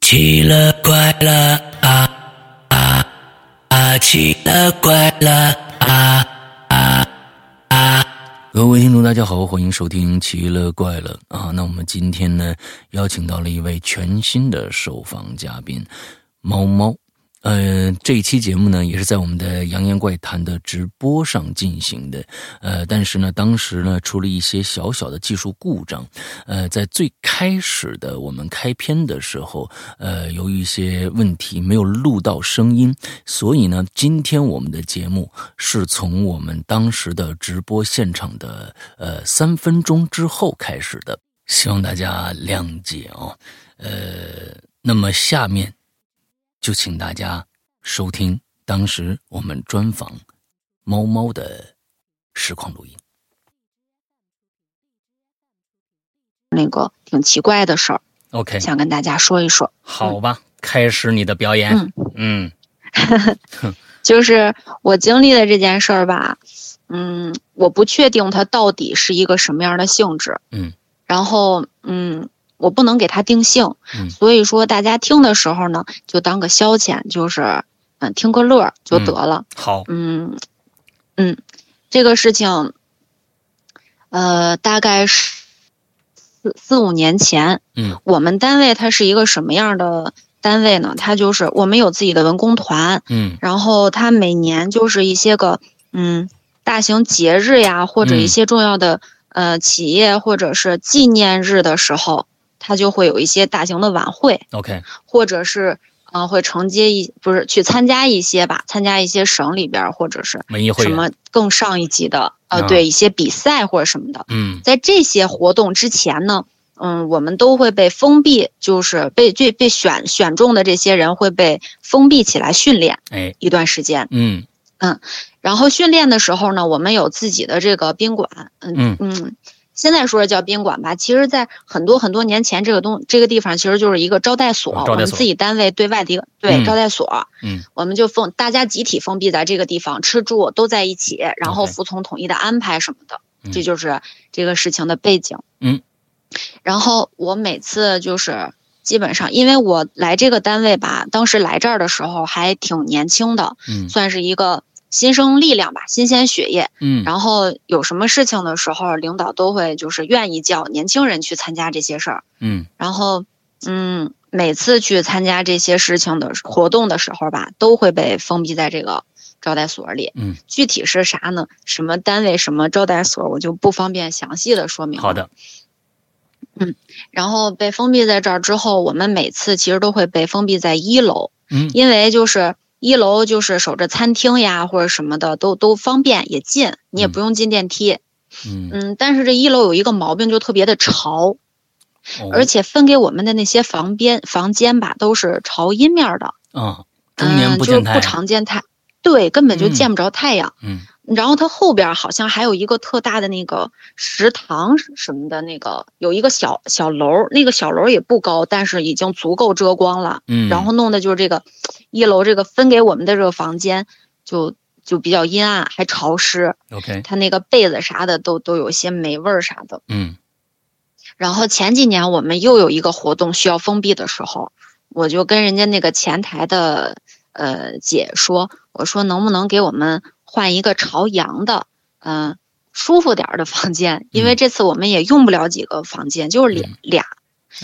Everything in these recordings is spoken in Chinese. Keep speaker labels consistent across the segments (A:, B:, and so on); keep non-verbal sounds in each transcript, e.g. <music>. A: 奇了怪了啊啊啊！奇了怪了啊啊啊！各位听众，大家好，欢迎收听《奇了怪了》啊！那我们今天呢，邀请到了一位全新的受访嘉宾，猫猫。呃，这一期节目呢，也是在我们的《扬言怪谈》的直播上进行的。呃，但是呢，当时呢出了一些小小的技术故障。呃，在最开始的我们开篇的时候，呃，由于一些问题没有录到声音，所以呢，今天我们的节目是从我们当时的直播现场的呃三分钟之后开始的，希望大家谅解哦。呃，那么下面。就请大家收听当时我们专访猫猫的实况录音。
B: 那个挺奇怪的事儿，
A: OK，
B: 想跟大家说一说。
A: 好吧，开始你的表演。
B: 嗯
A: 嗯
B: 就是我经历的这件事儿吧，嗯，我不确定它到底是一个什么样的性质，
A: 嗯，
B: 然后嗯，我不能给它定性，
A: 嗯
B: 所以说大家听的时候呢，就当个消遣，就是嗯听个乐儿就得了，
A: 好，
B: 嗯嗯，这个事情，呃，大概是四四五年前，
A: 嗯
B: 我们单位它是一个什么样的单位呢？它就是我们有自己的文工团，
A: 嗯
B: 然后它每年就是一些个嗯大型节日呀，或者
A: 嗯
B: 一些重要的、呃企业或者是纪念日的时候，它就会有一些大型的晚会，
A: ，OK，
B: 或者是嗯、呃会承接一不是去参加一些吧，参加一些省里边儿或者是
A: 文艺会
B: 什
A: 员。
B: 么更上一级的呃、
A: 啊
B: 对一些比赛或者什么的，
A: 嗯
B: 在这些活动之前呢，嗯，我们都会被封闭，就是被被被选选中的这些人会被封闭起来训练
A: 哎
B: 一段时间。
A: 嗯
B: 然后训练的时候呢，我们有自己的这个宾馆，嗯
A: 嗯
B: 嗯，现在说是叫宾馆吧，其实，在很多很多年前，这个东这个地方其实就是一个招待所，
A: 哦招待所
B: 我们自己单位对外的一个对、
A: 嗯
B: 招待所，
A: 嗯，
B: 我们就封大家集体封闭在这个地方，吃住都在一起，然后
A: OK
B: 服从统一的安排什么的，
A: 嗯
B: 这就是这个事情的背景。
A: 嗯，
B: 然后我每次就是。基本上，因为我来这个单位吧，当时来这儿的时候还挺年轻的，
A: 嗯
B: 算是一个新生力量吧，新鲜血液。
A: 嗯，
B: 然后有什么事情的时候，领导都会就是愿意叫年轻人去参加这些事儿。
A: 嗯
B: 然后，嗯，每次去参加这些事情的活动的时候吧，都会被封闭在这个招待所里。
A: 嗯，
B: 具体是啥呢？什么单位、什么招待所，我就不方便详细的说明。
A: 好。的，
B: 然后被封闭在这儿之后，我们每次其实都会被封闭在一楼，
A: 嗯
B: 因为就是一楼就是守着餐厅呀或者什么的，都都方便也近，你也
A: 嗯
B: 不用进电梯。
A: 嗯，
B: 嗯，但是这一楼有一个毛病，就特别的潮，
A: 哦
B: 而且分给我们的那些房边房间吧，都是朝阴面儿的，
A: 啊，中年
B: 嗯，
A: 不
B: 就是
A: 见太
B: 不
A: 阳。
B: 常见太，对，根本就见不着太阳。
A: 嗯
B: 然后它后边儿好像还有一个特大的那个食堂什么的，那个有一个小小楼儿，那个小楼儿也不高，但是已经足够遮光了。
A: 嗯，
B: 然后弄的就是这个一楼这个分给我们的这个房间就就比较阴暗，还潮湿，
A: OK，
B: 它那个被子啥的都都有一些霉味儿啥的。
A: 嗯
B: 然后前几年我们又有一个活动需要封闭的时候，我就跟人家那个前台的呃姐说，我说能不能给我们换一个朝阳的，嗯、舒服点儿的房间，因为这次我们也用不了几个房间，就是俩
A: 嗯
B: 俩，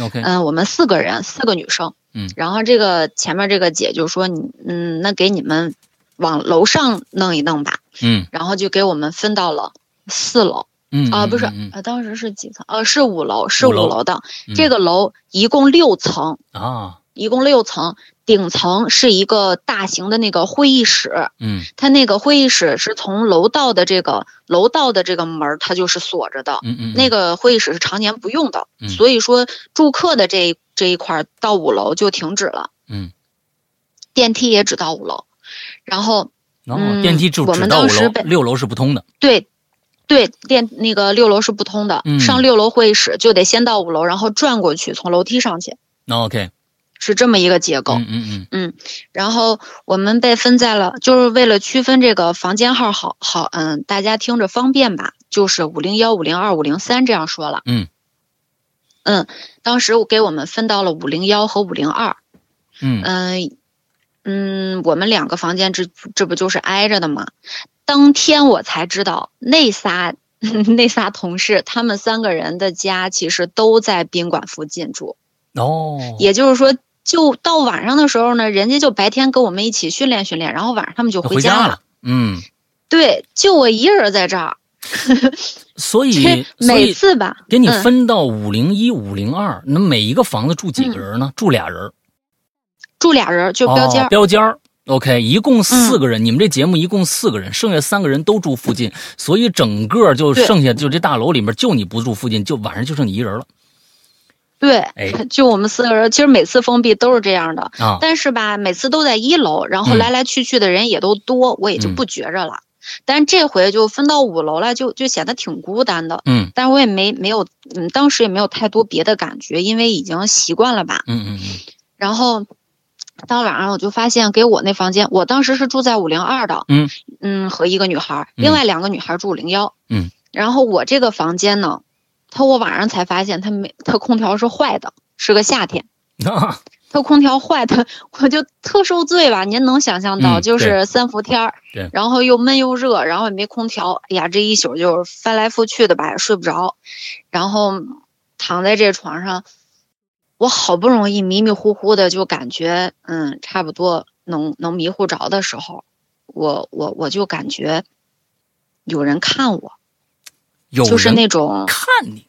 A: OK，
B: 嗯、我们四个人，四个女生，
A: 嗯
B: 然后这个前面这个姐就说你，嗯，那给你们往楼上弄一弄吧，
A: 嗯
B: 然后就给我们分到了四楼。
A: 嗯
B: 啊，不是，
A: 嗯
B: 呃，当时是几层？呃，是五楼，是
A: 五
B: 五
A: 楼
B: 楼的。
A: 嗯
B: 这个楼一共六层，
A: 嗯啊，
B: 一共六层。顶层是一个大型的那个会议室，
A: 嗯
B: 它那个会议室是从楼道的这个楼道的这个门儿，它就是锁着的。
A: 嗯嗯，
B: 那
A: 个
B: 个会议室是常年不用的，
A: 嗯
B: 所以说住客的这一这一块儿到五楼就停止了，
A: 嗯，
B: 电梯也只到五楼。然后
A: 然后
B: 嗯
A: 哦电梯就
B: 我
A: 只
B: 们
A: 到五
B: 当时
A: 楼，
B: 被
A: 六楼是不通的。
B: 对，对，电那个六楼是不通的，
A: 嗯
B: 上六楼会议室就得先到五楼，然后转过去，从楼梯上去，
A: 那哦 OK，
B: 是这么一个结构。
A: 嗯嗯
B: 然后我们被分在了，就是为了区分这个房间号好，好嗯，大家听着方便吧，就是五零幺、五零二、五零三这样说了。
A: 嗯
B: 嗯，当时我给我们分到了五零幺和五零二，
A: 嗯嗯
B: 嗯、嗯，我们两个房间这这不就是挨着的吗？当天我才知道那仨 <laughs> 那仨同事，他们三个人的家其实都在宾馆附近住，
A: 哦，
B: 呃也就是说，就到晚上的时候呢，人家就白天跟我们一起训练训练，然后晚上他们就
A: 回
B: 家
A: 了。嗯，
B: 对，就我一人在这儿，
A: 所以
B: 这
A: 所
B: 每
A: 以
B: 次吧，
A: 给你
B: 嗯
A: 分到五零一、五零二，那每一个房子住几个人呢？住俩人儿，
B: 住俩人嗯就标间
A: 哦
B: 儿，嗯
A: 标间儿。OK，一共四个人，你们这节目一共四个人，剩下三个人都住附近，所以整个就
B: 对
A: 剩下就这大楼里面就你不住附近，就晚上就剩你一人了
B: 对，
A: 哎
B: 就我们四个人，其实每次封闭都是这样的，
A: 啊！
B: 但是吧，每次都在一楼，然后
A: 嗯
B: 来来去去的人也都多，我也就不觉着了。但这回就分到五楼了，就就显得挺孤单的。
A: 嗯
B: 但是我也没没有，嗯，当时也没有太多别的感觉，因为已经习惯了吧。
A: 嗯嗯
B: 然后当晚上我就发现，给我那房间，我当时是住在五零二的，
A: 嗯
B: 嗯和一个女孩儿，
A: 嗯
B: 另外两个女孩儿住零幺，
A: 嗯，
B: 然后我这个房间呢，它我晚上才发现它没它空调是坏的，是个夏天。
A: 嗯，啊，
B: 它空调坏的，我就特受罪吧。您能想象到，
A: 嗯
B: 就是三伏天儿
A: 对，
B: 然后又闷又热，然后也没空调，哎呀，这一宿就是翻来覆去的吧，也睡不着。然后躺在这床上，我好不容易迷迷糊糊的就感觉，嗯，差不多能能迷糊着的时候，我我我就感觉有人看我，
A: 有人
B: 就是那种
A: 看你，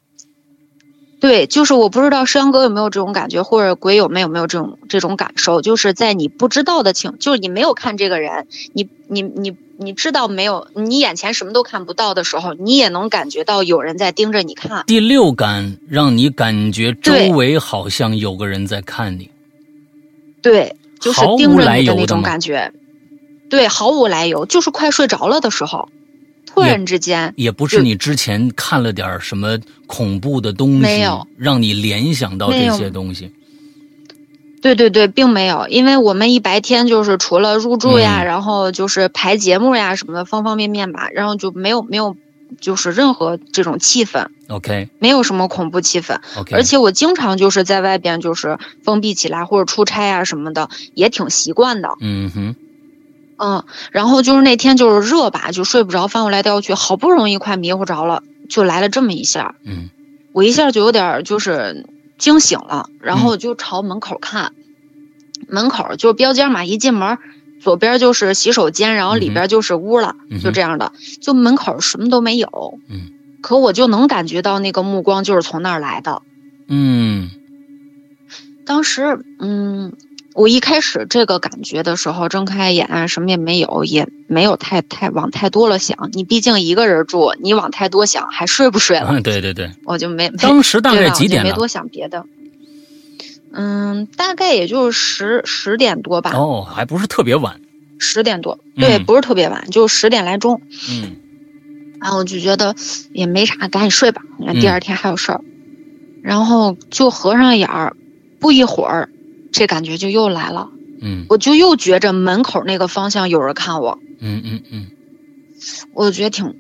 B: 对，就是我不知道诗阳哥有没有这种感觉，或者鬼友们有没有这种这种感受，就是在你不知道的情，就是你没有看这个人，你你你你知道没有，你眼前什么都看不到的时候，你也能感觉到有人在盯着你看。
A: 第六感让你感觉周
B: 对
A: 围好像有个人在看你，
B: 对，就是
A: 毫无
B: 盯着
A: 来
B: 你
A: 由
B: 那
A: 的
B: 种
A: 吗
B: 感觉。对，毫无来由，就是快睡着了的时候，突
A: 也
B: 然之间，
A: 也不是你之前看了点什么恐怖的东西，
B: 没有
A: 让你联想到
B: 没
A: 这
B: 有
A: 些东西。
B: 对对对，并没有，因为我们一白天就是除了入住呀，
A: 嗯
B: 然后就是排节目呀什么的，方方面面吧，然后就没有没有，就是任何这种气氛，
A: OK
B: 没有什么恐怖气氛。
A: OK，
B: 而且我经常就是在外边就是封闭起来或者出差啊什么的，也挺习惯的。
A: 嗯哼，
B: 嗯，然后就是那天就是热吧，就睡不着，翻过来掉去，好不容易快迷糊着了，就来了这么一下儿，
A: 嗯
B: 我一下就有点儿就是惊醒了，然
A: 嗯
B: 后我就朝门口看，门口就是标间嘛，一进门左边就是洗手间，然后里边就是屋了，
A: 嗯哼
B: 就这样的，就门口什么都没有，
A: 嗯，
B: 可我就能感觉到那个目光就是从那儿来的。
A: 嗯 <laughs>
B: 当时，嗯，我一开始这个感觉的时候，睁开眼啊，什么也没有，也没有太太往太多了想。你毕竟一个人住，你往太多想，还睡不睡了？
A: 啊，对对对，
B: 我就没没
A: 当时大
B: 对
A: 概
B: 吧
A: 几
B: 我就
A: 点
B: 没
A: 了？
B: 多想别的。嗯，大概也就十十点多吧，
A: 哦，还不是特别晚。
B: 十点多，对，
A: 嗯
B: 不是特别晚，就十点来钟。
A: 嗯
B: 然后我就觉得也没啥，赶紧睡吧，
A: 嗯
B: 第二天还有事儿。然后就合上眼儿，不一会儿，这感觉就又来了，
A: 嗯
B: 我就又觉着门口那个方向有人看我，
A: 嗯嗯嗯
B: 我就觉得挺，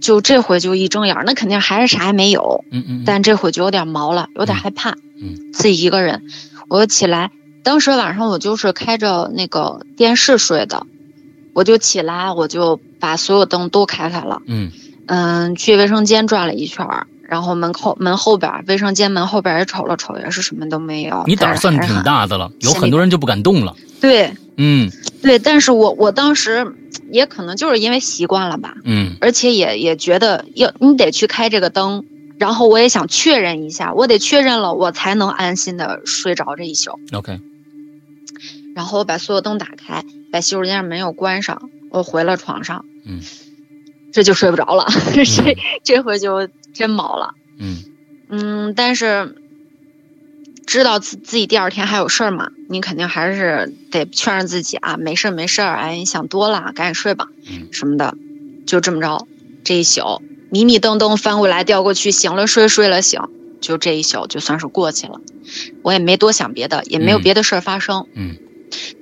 B: 就这回就一睁眼儿，那肯定还是啥也没有，
A: 嗯嗯，
B: 但这会就有点毛了，有点
A: 嗯
B: 害怕，
A: 嗯
B: 自己一个人，我就起来。当时晚上我就是开着那个电视睡的，我就起来，我就把所有灯都开开了，
A: 嗯
B: 嗯，去卫生间转了一圈儿，然后门口门后边儿，卫生间门后边儿也瞅了瞅，也是什么都没有。
A: 你胆
B: 但
A: 儿
B: 是
A: 算
B: 还是
A: 挺
B: 很。
A: 大的了，有
B: 心里
A: 很多人就不敢动了。
B: 对
A: 嗯
B: 对，但是我我当时也可能就是因为习惯了吧，
A: 嗯
B: 而且也也觉得要你得去开这个灯，然后我也想确认一下，我得确认了，我才能安心的睡着这一宿。
A: ，OK，
B: 然后我把所有灯打开，把洗手间门又关上，我回了床上，
A: 嗯，
B: 这就睡不着了， <laughs> 这这回就真毛了，
A: 嗯
B: 嗯，但是。知道自自己第二天还有事儿嘛，你肯定还是得劝着自己啊，没事儿没事儿，哎，你想多了，赶紧睡吧。
A: 嗯
B: 什么的，就这么着，这一宿迷迷瞪瞪翻过来调过去，醒了睡，睡了醒，就这一宿就算是过去了。我也没多想别的，也没有
A: 嗯
B: 别的事儿发生。
A: 嗯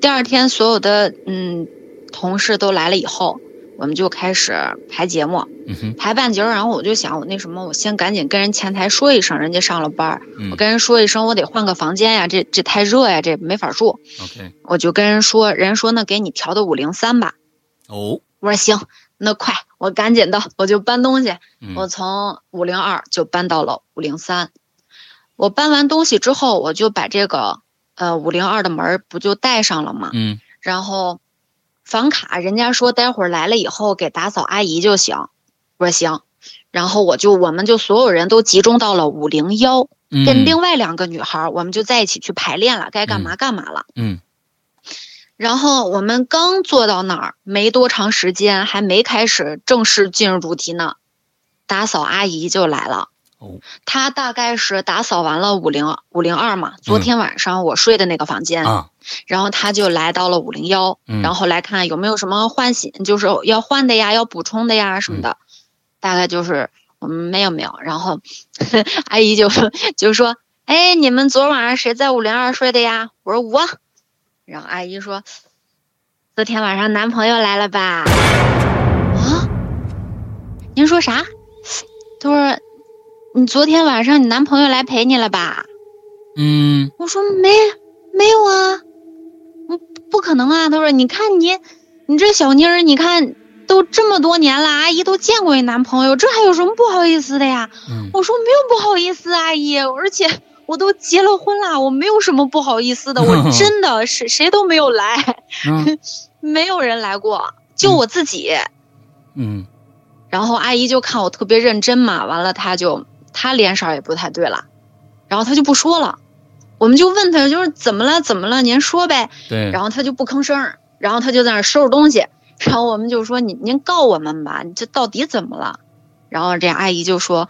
B: 第二天所有的嗯同事都来了以后，我们就开始排节目，
A: 嗯哼，
B: 排半截儿，然后我就想，我那什么，我先赶紧跟人前台说一声，人家上了班儿，
A: 嗯
B: 我跟人说一声，我得换个房间呀，这这太热呀，这没法住。
A: ，OK，
B: 我就跟人说，人说那给你调到五零三吧，
A: 哦，
B: 我说行，那快，我赶紧的，我就搬东西，
A: 嗯
B: 我从五零二就搬到了五零三。我搬完东西之后，我就把这个呃五零二的门儿不就带上了吗？
A: 嗯
B: 然后房卡人家说待会儿来了以后给打扫阿姨就行，我说行，然后我就我们就所有人都集中到了五零幺，
A: 嗯，
B: 跟另外两个女孩儿我们就在一起去排练了，该干嘛干嘛了。
A: 嗯
B: 然后我们刚坐到那儿没多长时间，还没开始正式进入主题呢，打扫阿姨就来了
A: 哦。
B: 她大概是打扫完了五零五零二嘛，昨天晚上我睡的那个房间，
A: 嗯啊，
B: 然后她就来到了五零幺，
A: 嗯
B: 然后来看有没有什么换洗，就是要换的呀，要补充的呀什么的，大概就是我们没有没有。然后 <laughs> 阿姨就说就说：“哎，你们昨晚上谁在五零二睡的呀？”我说：“我。”然后阿姨说：“昨天晚上男朋友来了吧？”啊？您说啥？她说：“你昨天晚上你男朋友来陪你了吧？”
A: 嗯
B: 我说没没有啊，嗯，不可能啊！他说你看你，你这小妮儿，你看都这么多年了，阿姨都见过你男朋友，这还有什么不好意思的呀？
A: 嗯
B: 我说没有不好意思，阿姨，而且我都结了婚啦，我没有什么不好意思的，我真的是谁都没有来，
A: 嗯
B: <laughs> 没有人来过，就我自己。
A: 嗯
B: 然后阿姨就看我特别认真嘛，完了她就她脸色儿也不太对了，然后她就不说了，我们就问她就是怎么了怎么了，您说呗，
A: 对，
B: 然后她就不吭声儿，然后她就在那儿收拾东西，然后我们就说您您告我们吧，你这到底怎么了？然后这阿姨就说。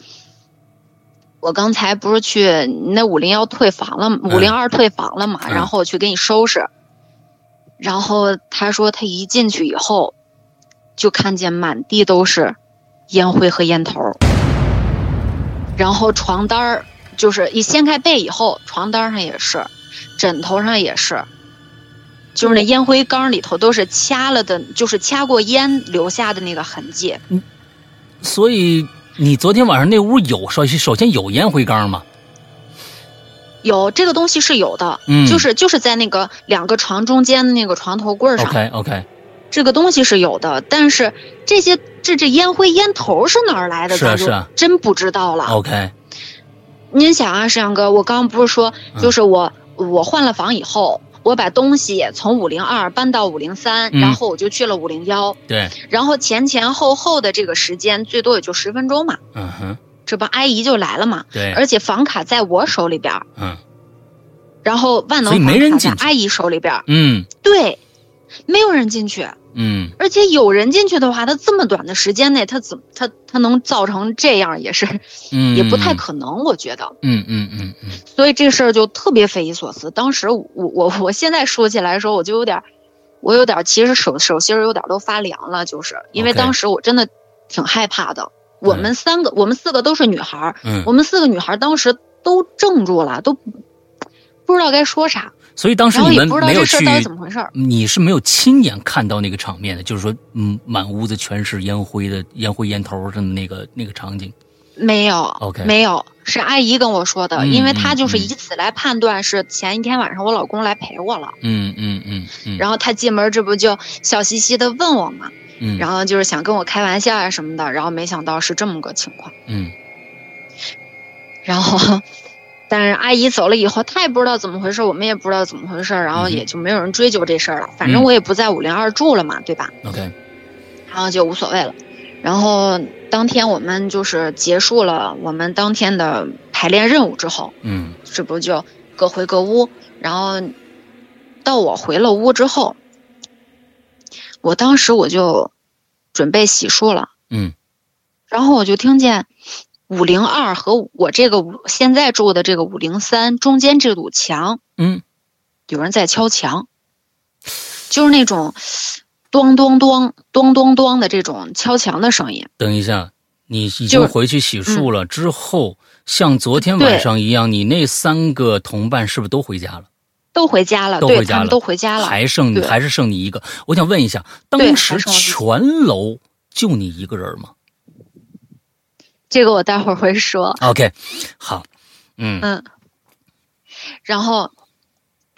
B: 我刚才不是去你那五零幺退房了，五零二退房了嘛，
A: 嗯
B: 然后我去给你收拾。然后她说她一进去以后，就看见满地都是烟灰和烟头儿，然后床单儿就是一掀开被以后，床单上也是，枕头上也是，就是那烟灰缸里头都是掐了的，就是掐过烟留下的那个痕迹。
A: 所以你昨天晚上那屋有首先首先有烟灰缸吗？
B: 有这个东西是有的，
A: 嗯，
B: 就是就是在那个两个床中间的那个床头柜儿上
A: OK OK，
B: 这个东西是有的，但是这些这这烟灰烟头是哪儿来的，
A: 是啊
B: 咱就是
A: 啊哦
B: 真不知道了。
A: OK，
B: 您想啊，石阳哥，我刚刚不是说，
A: 嗯
B: 就是我、我换了房以后，我把东西从五零二搬到五零三，
A: 嗯
B: 然后我就去了五零幺，
A: 对，
B: 然后前前后后的这个时间最多也就十分钟嘛，
A: 嗯哼，
B: 这不阿姨就来了嘛，
A: 对，
B: 而且房卡在我手里边儿，
A: 嗯
B: 然后万
A: 所以
B: 能
A: 没
B: 房
A: 人
B: 卡在
A: 进去
B: 阿姨手里边儿，
A: 嗯
B: 对，没有人进去，
A: 嗯
B: 而且有人进去的话，他这么短的时间内，他怎么他他能造成这样，也是
A: 嗯，
B: 也不太，可能，我觉得。
A: 嗯嗯嗯嗯
B: 所以这事儿就特别匪夷所思。当时我我我现在说起来的时候，我就有点儿，我有点儿其实手手心儿有点儿都发凉了，就是因为
A: OK
B: 当时我真的挺害怕的。我们三个，我们四个都是女孩儿，
A: 嗯
B: 我，们四个女孩儿当时都怔住了，都不知道该说啥，
A: 所以当时
B: 然后
A: 你
B: 也
A: 们
B: 不知道
A: 没有
B: 这事
A: 去
B: 儿到底怎么回事儿。
A: 你是没有亲眼看到那个场面的，就是说，嗯，满屋子全是烟灰的烟灰烟头上的那个那个场景。
B: 没有
A: OK
B: 没有，是阿姨跟我说的，
A: 嗯
B: 因为她就是
A: 嗯嗯
B: 以此来判断是前一天晚上我老公来陪我了，
A: 嗯嗯嗯嗯，
B: 然后她进门这不就笑嘻嘻的问我嘛，
A: 嗯
B: 然后就是想跟我开玩笑啊什么的，然后没想到是这么个情况。
A: 嗯
B: 然后，但是阿姨走了以后，她也不知道怎么回事，我们也不知道怎么回事，
A: 嗯
B: 然后也就没有人追究这事儿了。反正我也不在五零二住了嘛，对吧？
A: OK，
B: 然后就无所谓了。然后当天我们就是结束了我们当天的排练任务之后，
A: 嗯
B: 这不就各回各屋。然后到我回了屋之后，我当时我就准备洗漱了。
A: 嗯
B: 然后我就听见五零二和我这个五现在住的这个五零三中间这堵墙
A: 嗯
B: 有人在敲墙，就是那种咚咚咚咚咚咚的这种敲墙的声音。
A: 等一下，你已经
B: 就
A: 回去洗漱
B: 嗯
A: 了、之后，像昨天晚上一样，你那三个同伴是不是都回家了？
B: 都回家了，
A: 都
B: 对
A: 回家
B: 他
A: 了
B: 们都回家了。
A: 还剩
B: 对
A: 还是剩你一个。我想问一下，
B: 对
A: 当时
B: 还剩我自己
A: 全楼就你一个人吗
B: 这个我待会儿会说。
A: ？OK，好，嗯
B: 嗯，然后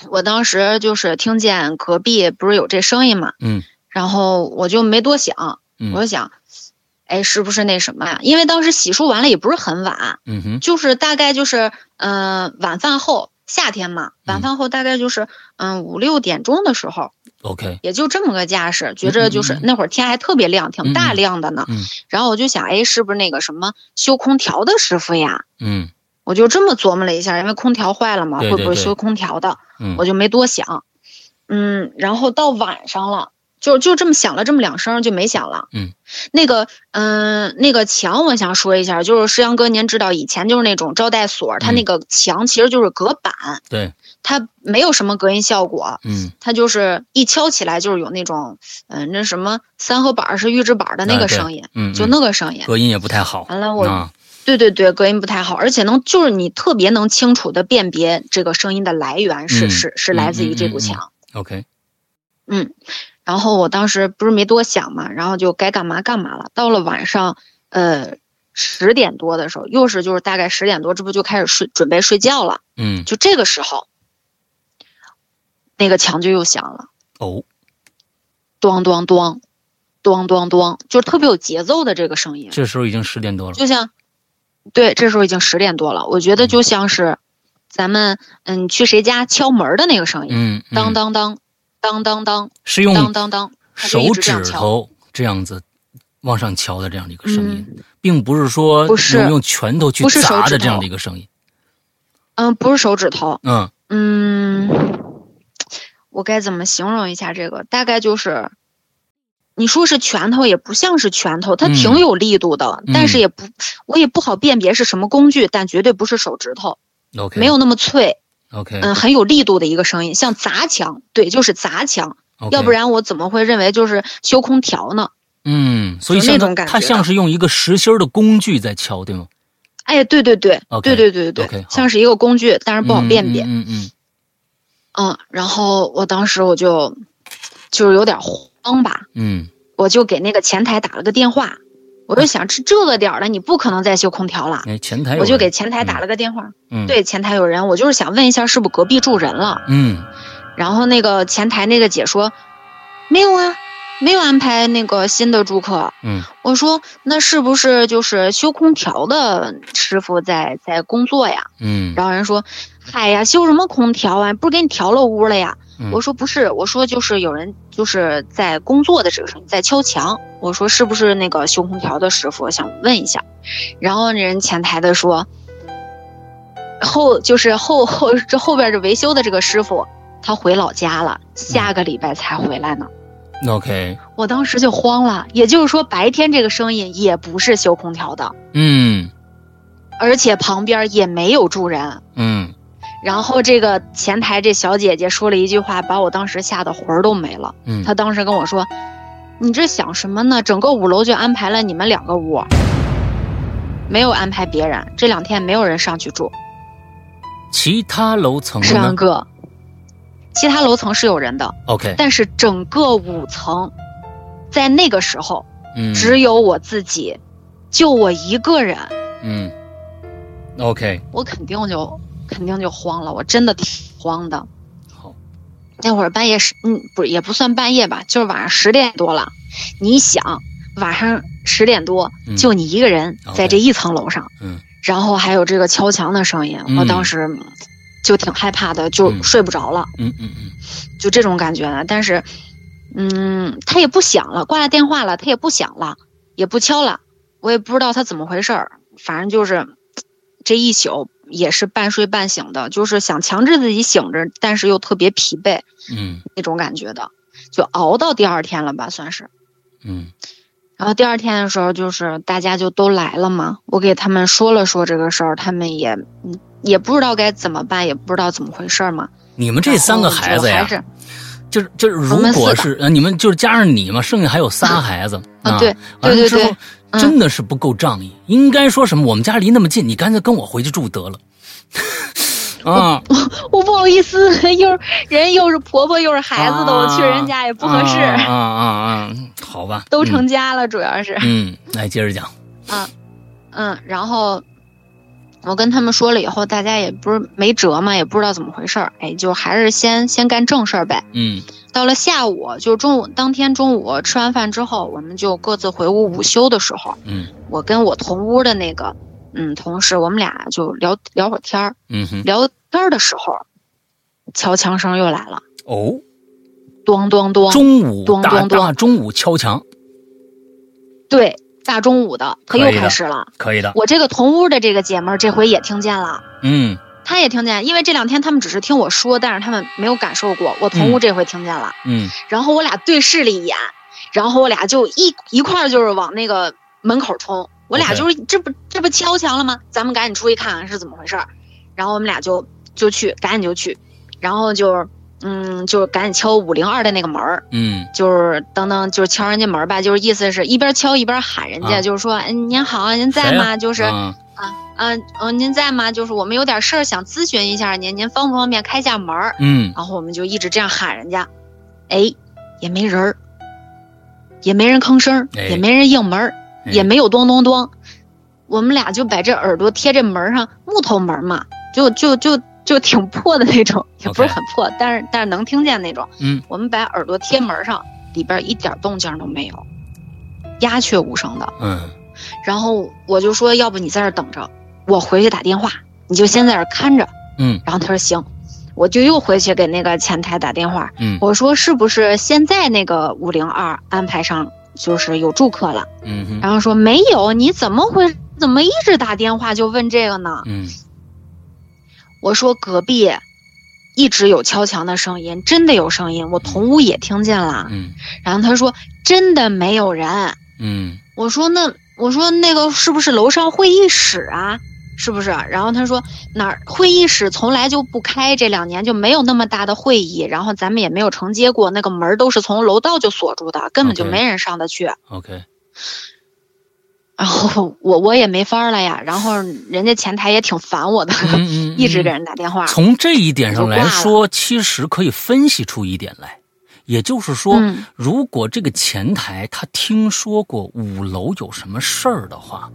B: 我当时就是听见隔壁不是有这声音嘛，
A: 嗯
B: 然后我就没多想，
A: 嗯
B: 我就想，哎，是不是那什么呀？因为当时洗漱完了也不是很晚，
A: 嗯哼，
B: 就是大概就是，嗯、晚饭后，夏天嘛，晚饭后大概就是，嗯、五六点钟的时候，
A: OK，
B: 也就这么个架势，觉着就是
A: 嗯嗯
B: 那会儿天还特别亮，挺大
A: 嗯嗯
B: 亮的呢。
A: 嗯
B: 然后我就想，哎，是不是那个什么修空调的师傅呀？
A: 嗯
B: 我就这么琢磨了一下，因为空调坏了嘛，
A: 对
B: 会不
A: 对
B: 会
A: 对
B: 修空调的？
A: 嗯
B: 我就没多想。嗯，然后到晚上了，就就这么想了这么两声就没想了。
A: 嗯，
B: 那个，嗯、那个墙我想说一下，就是石阳哥，您知道以前就是那种招待所，它
A: 嗯
B: 那个墙其实就是隔板，
A: 对，
B: 它没有什么隔音效果，
A: 嗯
B: 它就是一敲起来就是有那种，嗯、那什么三合板儿是预制板儿的那
A: 啊
B: 个
A: 对
B: 声音，
A: 嗯，
B: 就
A: 嗯
B: 那个声音。
A: 隔音也不太好。
B: 完了我
A: 啊，
B: 对对对，隔音不太好，而且能就是你特别能清楚的辨别这个声音的来源是、
A: 嗯
B: 是是来自于
A: 嗯
B: 这
A: 嗯
B: 堵
A: 嗯
B: 墙。
A: OK，
B: 嗯，然后我当时不是没多想嘛，然后就该干嘛干嘛了。到了晚上，呃，十点多的时候，又是就是大概十点多，这不就开始睡准备睡觉了。
A: 嗯，
B: 就这个时候，那个墙就又响了，
A: 哦，
B: 咚咚咚，咚咚咚，就是特别有节奏的这个声音，
A: 这时候已经十点多了。
B: 就像，对，这时候已经十点多了，我觉
A: 嗯
B: 得就像是咱们嗯去谁家敲门的那个声音，
A: 嗯，嗯
B: 当当当，当当当，
A: 是用
B: 当当当，他
A: 手
B: 就一直这样
A: 指
B: 敲。
A: 头这样子往上敲的这样的一个声音，并不是说
B: 嗯不是
A: 用用拳头去
B: 不是手
A: 砸
B: 指
A: 的这样
B: 头
A: 的一个声音。
B: 嗯，不是手指头，
A: 嗯
B: 嗯，我该怎么形容一下这个？大概就是，你说是拳头，也不像是拳头，它
A: 嗯
B: 挺有力度的，但是
A: 嗯
B: 也不，我也不好辨别是什么工具，但绝对不是手指头，
A: ，OK，
B: 没有那么脆，
A: OK，
B: 嗯，很有力度的一个声音，像砸墙，对，就是砸墙，
A: OK
B: 要不然我怎么会认为就是修空调呢？
A: 嗯，所以
B: 就
A: 像
B: 那
A: 它
B: 种感
A: 它
B: 觉
A: 像
B: 的
A: 是用一个实心儿的工具在敲，对吗？
B: 哎，对对对
A: OK，
B: 对对对对
A: OK，好
B: 像是一个工具，但是不好
A: 嗯
B: 辨别。
A: 嗯嗯
B: 嗯，然后我当时我就就是有点慌吧，
A: 嗯
B: 我就给那个前台打了个电话，我就想这这个点儿了，你不可能再修空调了
A: 嗯，，哎，前台有
B: 我就
A: 人
B: 给前台打了个电话。
A: 嗯
B: 对，前台有人，我就是想问一下是不是隔壁住人了。
A: 嗯
B: 然后那个前台那个姐说，没有啊，没有安排那个新的住客。
A: 嗯
B: 我说那是不是就是修空调的师傅在在工作呀？
A: 嗯
B: 然后人说，嗨呀，修什么空调啊？不是给你调了屋了呀？
A: 嗯
B: 我说不是，我说就是有人就是在工作的这个时候你在敲墙，我说是不是那个修空调的师傅？我想问一下。然后人前台的说，后就是后后这后边这维修的这个师傅，他回老家了，下个礼拜才回来呢。
A: OK，
B: 我当时就慌了，也就是说白天这个声音也不是修空调的，
A: 嗯
B: 而且旁边也没有住人。
A: 嗯
B: 然后这个前台这小姐姐说了一句话，把我当时吓得魂儿都没了。
A: 嗯，
B: 他当时跟我说：“你这想什么呢？整个五楼就安排了你们两个屋，没有安排别人。这两天没有人上去住。
A: 其他楼层
B: 石阳
A: 呢
B: 哥，其他楼层是有人的，
A: ？OK，
B: 但是整个五层，在那个时候
A: 嗯
B: 只有我自己，就我一个人，
A: 嗯 OK，
B: 我肯定就肯定就慌了，我真的挺慌的。
A: 好，
B: 那会儿半夜十，嗯，不是也不算半夜吧，就是晚上十点多了。你想，晚上十点多
A: 嗯，
B: 就你一个人
A: OK
B: 在这一层楼上，
A: 嗯
B: 然后还有这个敲墙的声音，
A: 嗯
B: 我当时就挺害怕的，就
A: 嗯
B: 睡不着了，
A: 嗯嗯嗯
B: 就这种感觉呢。但是，嗯，他也不响了，挂了电话了，他也不响了，也不敲了，我也不知道他怎么回事儿，反正就是这一宿。也是半睡半醒的，就是想强制自己醒着，但是又特别疲惫。
A: 嗯
B: 那种感觉的，就熬到第二天了吧，算是。
A: 嗯
B: 然后第二天的时候，就是大家就都来了嘛，我给他们说了说这个事儿，他们也嗯也不知道该怎么办，也不知道怎么回事儿嘛。
A: 你们这三个孩子
B: 然
A: 呀
B: 后就，还是
A: 就是就是，如
B: 我们四
A: 果
B: 个
A: 是呃，你们就是加上你嘛，剩下还有仨孩子
B: 啊，对
A: 完了
B: 对对
A: 之后
B: 对嗯
A: 真的是不够仗义，应该说什么我们家离那么近，你干脆跟我回去住得了。嗯，
B: 我不好意思，又是人又是婆婆又是 <laughs> 孩子的，我去人家也不合适。
A: 啊啊啊！好吧，
B: 都成家了，主要是
A: 嗯，来接着讲。
B: 啊，嗯，然后我跟他们说了以后，大家也不是没辙嘛，也不知道怎么回事儿，哎，就还是先先干正事儿呗。
A: 嗯
B: 到了下午，就中午当天中午吃完饭之后，我们就各自回屋午休的时候，
A: 嗯
B: 我跟我同屋的那个嗯同事，我们俩就聊聊会儿天儿，
A: 嗯哼，
B: 聊天儿的时候，敲墙声又来了，
A: 哦，
B: 咚咚咚，
A: 中午
B: 咚
A: 大
B: 咚咚
A: 大中午敲墙，
B: 对，大中午的，可
A: 可
B: 又
A: 以的
B: 开始了。
A: 可以的。
B: 我这个同屋的这个姐们儿，这回也听见了。
A: 嗯
B: 她也听见，因为这两天他们只是听我说，但是他们没有感受过。我同屋这回听见了，
A: 嗯
B: 然后我俩对视了一眼，然后我俩就一一块儿就是往那个门口冲。我俩
A: OK
B: 就是这不这不敲墙了吗？咱们赶紧出去看看是怎么回事儿。然后我们俩就就去，赶紧就去，然后就是嗯，就是赶紧敲五零二的那个门儿。
A: 嗯
B: 就是等等，就是敲人家门儿吧，就是意思是一边敲一边喊人家，
A: 啊
B: 就是说，嗯，您好，您在吗？就是，嗯、
A: 啊
B: 嗯、您在吗？就是我们有点事儿想咨询一下您，您方不方便开下门儿？
A: 嗯
B: 然后我们就一直这样喊人家，哎，也没人儿，也没人吭声儿，
A: 哎
B: 也没人应门儿，
A: 哎
B: 也没有咚咚咚，我们俩就把这耳朵贴这门儿上，木头门儿嘛，就就就就挺破的那种，也不是
A: OK
B: 很破但是但是能听见那种。
A: 嗯，
B: 我们把耳朵贴门儿上，里边一点动静都没有，鸦雀无声的。
A: 嗯
B: 然后我就说，要不你在这儿等着，我回去打电话，你就先在这儿看着。
A: 嗯
B: 然后他说行，我就又回去给那个前台打电话，
A: 嗯
B: 我说是不是现在那个五零二安排上就是有住客了？
A: 嗯哼
B: 然后说没有，你怎么会怎么一直打电话就问这个呢？
A: 嗯
B: 我说隔壁一直有敲墙的声音，真的有声音，我同屋也听见了。
A: 嗯
B: 然后他说真的没有人。
A: 嗯
B: 我说那我说那个是不是楼上会议室啊？是不是？然后他说哪儿会议室从来就不开，这两年就没有那么大的会议，然后咱们也没有承接过，那个门儿都是从楼道就锁住的，根本就
A: OK
B: 没人上得去。 <laughs>
A: ，OK，
B: 然后我我也没法儿了呀，然后人家前台也挺烦我的，
A: 嗯嗯，
B: <laughs> 一直给
A: 这样。
B: 人打电话。
A: 从这一点上来
B: 就挂
A: 说，其实可以分析出一点来，也就是说，
B: 嗯
A: 如果这个前台他听说过五楼有什么事儿的话，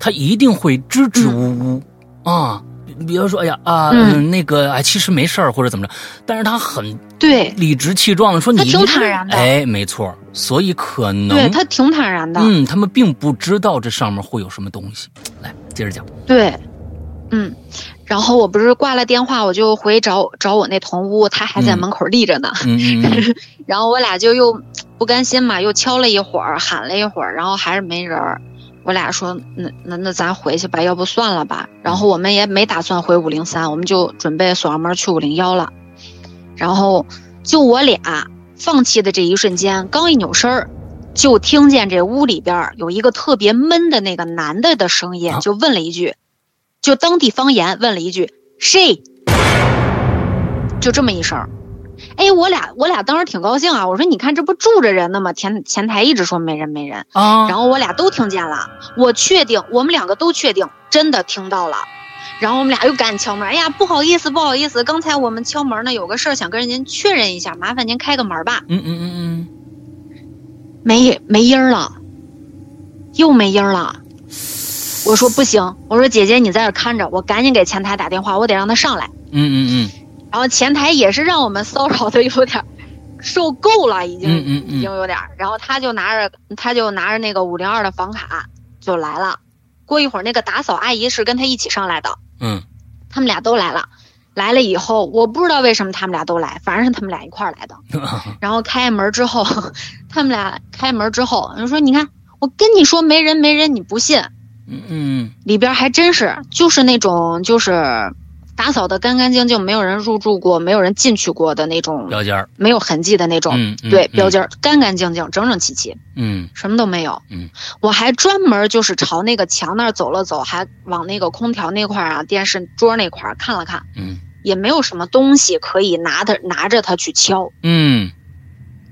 A: 他一定会支支吾吾、啊。比如说，哎呀啊，
B: 嗯
A: 嗯那个，哎，其实没事儿或者怎么着，但是他很
B: 对
A: 理直气壮的说你
B: 他挺
A: 一定
B: 坦然的
A: 哎，没错，所以可能
B: 对，他挺坦然的。
A: 嗯，他们并不知道这上面会有什么东西。来，接着讲，
B: 对，嗯，然后我不是挂了电话，我就回找找我那同屋，他还在
A: 嗯
B: 门口立着呢。
A: 嗯嗯
B: <laughs>
A: 嗯
B: 然后我俩就又不甘心嘛，又敲了一会儿，喊了一会儿，然后还是没人儿。我俩说，那那那咱回去吧，要不算了吧。然后我们也没打算回五零三，我们就准备锁上门去五零幺了。然后就我俩放弃的这一瞬间，刚一扭身儿，就听见这屋里边儿有一个特别闷的那个男的的声音
A: 啊，
B: 就问了一句，就当地方言问了一句谁，就这么一声儿。哎，我俩我俩当时挺高兴啊，我说你看这不住着人呢吗？前前台一直说没人没人，
A: 啊，
B: 然后我俩都听见了，我确定我们两个都确定真的听到了。然后我们俩又赶紧敲门，哎呀，不好意思，不好意思，刚才我们敲门呢，有个事儿想跟您确认一下，麻烦您开个门吧。
A: 嗯嗯嗯
B: 没没音儿了，又没音儿了。我说不行，我说姐姐你在这儿看着，我赶紧给前台打电话，我得让他上来。
A: 嗯嗯嗯
B: 然后前台也是让我们骚扰的有点儿受够了，已经、
A: 嗯嗯
B: 已
A: 嗯
B: 经有点儿。然后他就拿着他就拿着那个五零二的房卡就来了。过一会儿，那个打扫阿姨是跟他一起上来的，
A: 嗯
B: 他们俩都来了。来了以后，我不知道为什么他们俩都来，反正是他们俩一块儿来的。
A: 嗯，
B: 然后开门之后， <laughs> 他们俩开门之后，就说：“你看，我跟你说没人没人，你不信。”
A: 嗯嗯
B: 里边还真是就是那种就是打扫的干干净净，没有人入住过，没有人进去过的那种，
A: 标间儿，
B: 没有痕迹的那种。
A: 嗯，嗯
B: 对，
A: 嗯
B: 标间儿干干净净、整整齐齐，
A: 嗯
B: 什么都没有。
A: 嗯，
B: 我还专门就是朝那个墙那儿走了走，还往那个空调那块儿啊、电视桌那块儿看了看，
A: 嗯
B: 也没有什么东西可以拿的拿着它去敲。
A: 嗯，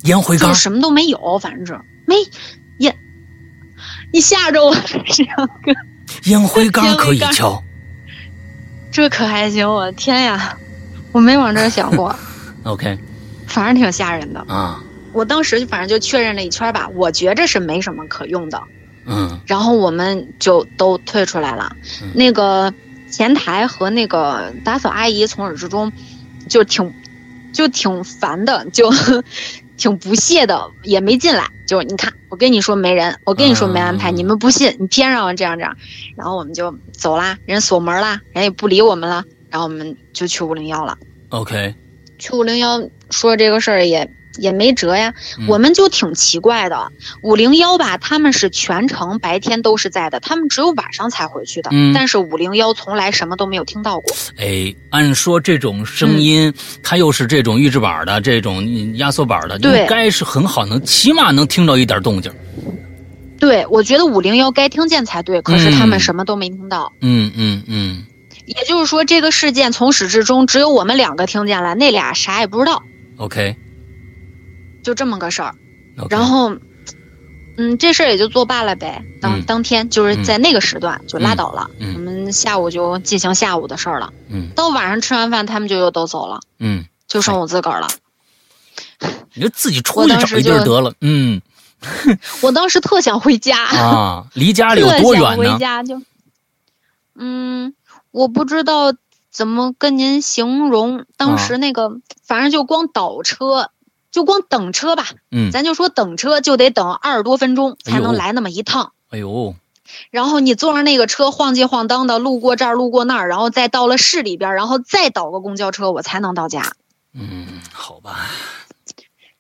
A: 烟灰
B: 就
A: 缸
B: 是什么都没有，反正是没也，你吓着我了，这样
A: 烟灰缸
B: 烟灰
A: 可以
B: 缸
A: 敲，
B: 这可还行，我天呀，我没往这儿想过，
A: ？OK
B: 反正挺吓人的。
A: 啊，
B: 我当时就反正就确认了一圈吧，我觉着是没什么可用的，
A: 嗯
B: 然后我们就都退出来了。
A: 嗯
B: 那个前台和那个打扫阿姨从始至终就挺就挺烦的，就 <laughs> 挺不屑的，也没进来。就是你看，我跟你说没人，我跟你说没安排，
A: 嗯
B: 你们不信，你偏让我这样这样。然后我们就走啦，人锁门啦，人也不理我们了，然后我们就去五零幺了。
A: ，OK，
B: 去五零幺说这个事儿也也没辙呀，
A: 嗯
B: 我们就挺奇怪的。五零幺吧，他们是全程白天都是在的，他们只有晚上才回去的。
A: 嗯
B: 但是五零幺从来什么都没有听到过。
A: 哎，按说这种声音，它又是这种预制板的、这种压缩板的，
B: 对
A: 应该是很好能，起码能听到一点动静。
B: 对，我觉得五零幺该听见才对，可是他
A: 嗯
B: 们什么都没听到。
A: 嗯嗯嗯，
B: 也就是说，这个事件从始至终只有我们两个听见了，那俩啥也不知道，
A: OK，,
B: 就这么个事儿。
A: o k
B: 然后，嗯，这事儿也就作罢了呗。当、
A: 嗯
B: 当天就是在那个时段就拉倒了，
A: 嗯嗯
B: 我们下午就进行下午的事儿了。
A: 嗯
B: 到晚上吃完饭，他们就又都走了，
A: 嗯，
B: 就剩我自个儿了。
A: 你就自己出去找一地儿得了。嗯
B: 我当时特想回家，
A: 啊，离家里有
B: 特
A: 多
B: 想
A: 远
B: 回
A: 呢？
B: 家就，嗯，我不知道怎么跟您形
A: 啊
B: 容当时那个，反正就光倒车，就光等车吧，
A: 嗯，
B: 咱就说等车就得等二十多分钟才
A: 哎
B: 能
A: 呦
B: 来那么一趟。
A: 哎呦，
B: 然后你坐上那个车晃街晃荡的，路过这儿，路过那儿，然后再到了市里边儿，然后再倒个公交车，我才能到家。
A: 嗯，好吧，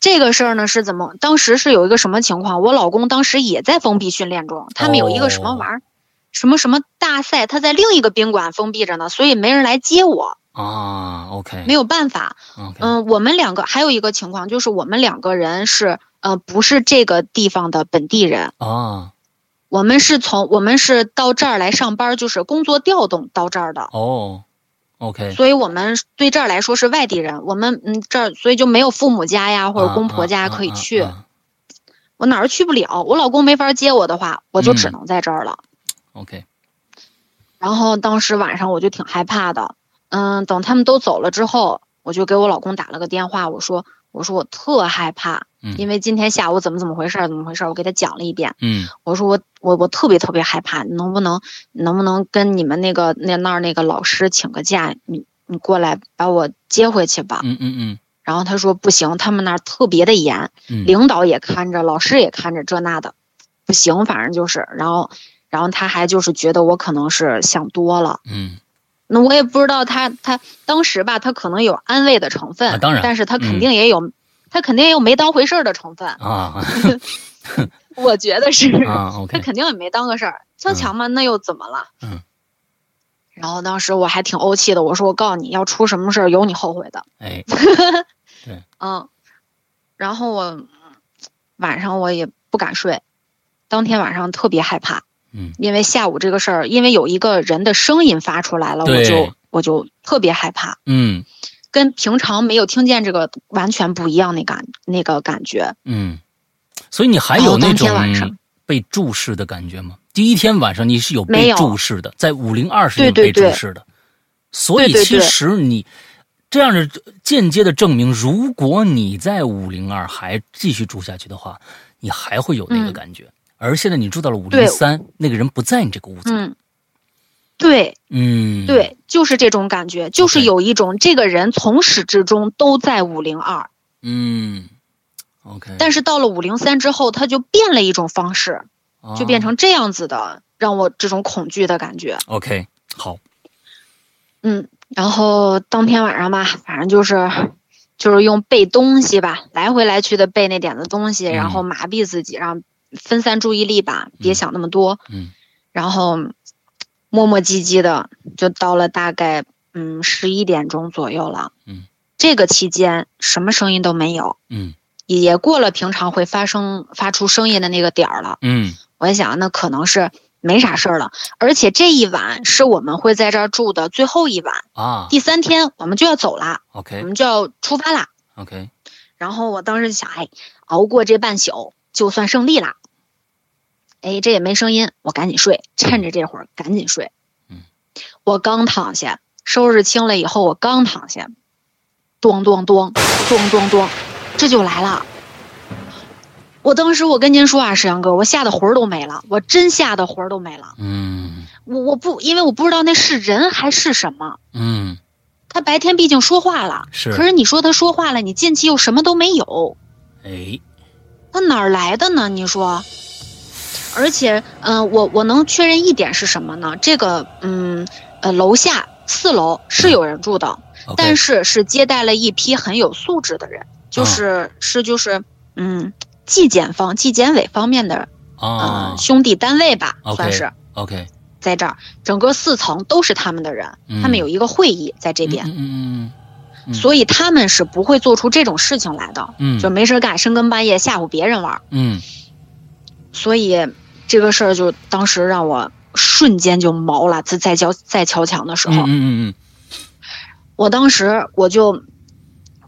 B: 这个事儿呢是怎么？当时是有一个什么情况？我老公当时也在封闭训练中，他们有一个什
A: 哦
B: 么玩儿，什么什么大赛，他在另一个宾馆封闭着呢，所以没人来接我，
A: 啊，OK，
B: 没有办法。
A: OK，
B: 嗯、我们两个还有一个情况就是我们两个人是呃不是这个地方的本地人，
A: 啊，
B: 我们是从我们是到这儿来上班，就是工作调动到这儿的。
A: 哦，OK，
B: 所以我们对这儿来说是外地人，我们嗯这儿所以就没有父母家呀或者公婆家可以去，
A: 啊啊啊啊
B: 我哪儿去不了，我老公没法接我的话，我就
A: 嗯
B: 只能在这儿了。
A: 啊 OK，
B: 然后当时晚上我就挺害怕的，嗯，等他们都走了之后，我就给我老公打了个电话，我说我说我特害怕，
A: 嗯
B: 因为今天下午怎么怎么回事儿，怎么回事儿，我给他讲了一遍，
A: 嗯
B: 我说我我我特别特别害怕，能不能能不能跟你们那个那那儿那个老师请个假，你你过来把我接回去吧。
A: 嗯嗯
B: 然后他说不行，他们那儿特别的严，
A: 嗯嗯，
B: 领导也看着，老师也看着，这那的，不行，反正就是，然后，然后他还就是觉得我可能是想多了，
A: 嗯
B: 那我也不知道他他当时吧，他可能有安慰的成分，
A: 啊当然
B: 但是他
A: 嗯
B: 肯定也有，他肯定也有没当回事儿的成分，
A: 啊
B: 我觉得是，
A: 啊
B: 他 <laughs>
A: ，OK，
B: 肯定也没当个事儿，敲墙嘛，那又怎么了？
A: 嗯。
B: 然后当时我还挺怄气的，我说我告诉你要出什么事儿，有你后悔的。
A: 哎，
B: 嗯，然后我晚上我也不敢睡，当天晚上特别害怕，
A: 嗯
B: 因为下午这个事儿，因为有一个人的声音发出来了，我
A: 对
B: 就我就特别害怕，
A: 嗯
B: 跟平常没有听见这个完全不一样那感那个感觉。
A: 嗯，所以你还
B: 然
A: 有
B: 后
A: 那
B: 当
A: 种
B: 天晚上
A: 被注视的感觉吗？第一天晚上你是有
B: 没
A: 被
B: 有
A: 注视的，在五零二是有
B: 对
A: 被
B: 对
A: 注
B: 对
A: 视的，所以
B: 对对
A: 其
B: 对
A: 实你这样的间接的证明，如果你在五零二还继续住下去的话，你还会有那个
B: 嗯
A: 感觉。而现在你住到了五零
B: 对
A: 三，那个人不在你这个屋子里，
B: 嗯，对
A: 嗯，
B: 对，就是这种感觉，就是
A: OK
B: 有一种这个人从始至终都在五零二，
A: 嗯，OK，
B: 但是到了五零三之后，他就变了一种方式，就
A: 哦
B: 变成这样子的，让我这种恐惧的感觉。
A: 啊 OK，好，
B: 嗯，然后当天晚上吧，反正就是就是用背东西吧，来回来去的背那点子东西，然后麻痹自己，让分散注意力吧，别
A: 嗯
B: 想那么多。
A: 嗯
B: 然后磨磨唧唧的，就到了大概嗯十一点钟左右了。
A: 嗯，
B: 这个期间什么声音都没有，
A: 嗯
B: 也过了平常会发生发出声音的那个点儿了。
A: 嗯
B: 我想那可能是没啥事儿了。而且这一晚是我们会在这儿住的最后一晚，
A: 啊
B: 第三天我们就要走啦，我
A: ，OK
B: 们就要出发啦。
A: OK，
B: 然后我当时就想，哎，熬过这半宿就算胜利啦。哎，这也没声音，我赶紧睡，趁着这会儿赶紧睡。
A: 嗯，
B: 我刚躺下，收拾清了以后，我刚躺下，咚咚咚，咚咚咚，这就来了。我当时我跟您说啊，石阳哥，我吓得魂儿都没了，我真吓得魂儿都没了。
A: 嗯
B: 我我不，因为我不知道那是人还是什么。
A: 嗯，
B: 他白天毕竟说话了，
A: 是
B: 可是你说他说话了，你近期又什么都没有，
A: 哎，
B: 他哪儿来的呢？你说，而且，嗯、我我能确认一点是什么呢？这个，嗯，呃，楼下四楼是有人住的，
A: 嗯
B: 但
A: 是
B: 是是接待了一批很有素质的人，就
A: 哦
B: 是、是就是，嗯，纪检方、纪检委方面的，嗯、
A: 啊
B: 兄弟单位吧，
A: OK
B: 算是
A: ，OK，
B: 在这儿，整个四层都是他们的人，
A: 嗯
B: 他们有一个会议在这边，
A: 嗯嗯嗯
B: 所以他们是不会做出这种事情来的，
A: 嗯
B: 就没事儿干，深更半夜吓唬别人玩儿。
A: 嗯
B: 所以这个事儿就当时让我瞬间就毛了，在在敲在敲墙的时
A: 嗯
B: 候，
A: 嗯嗯
B: 我当时我就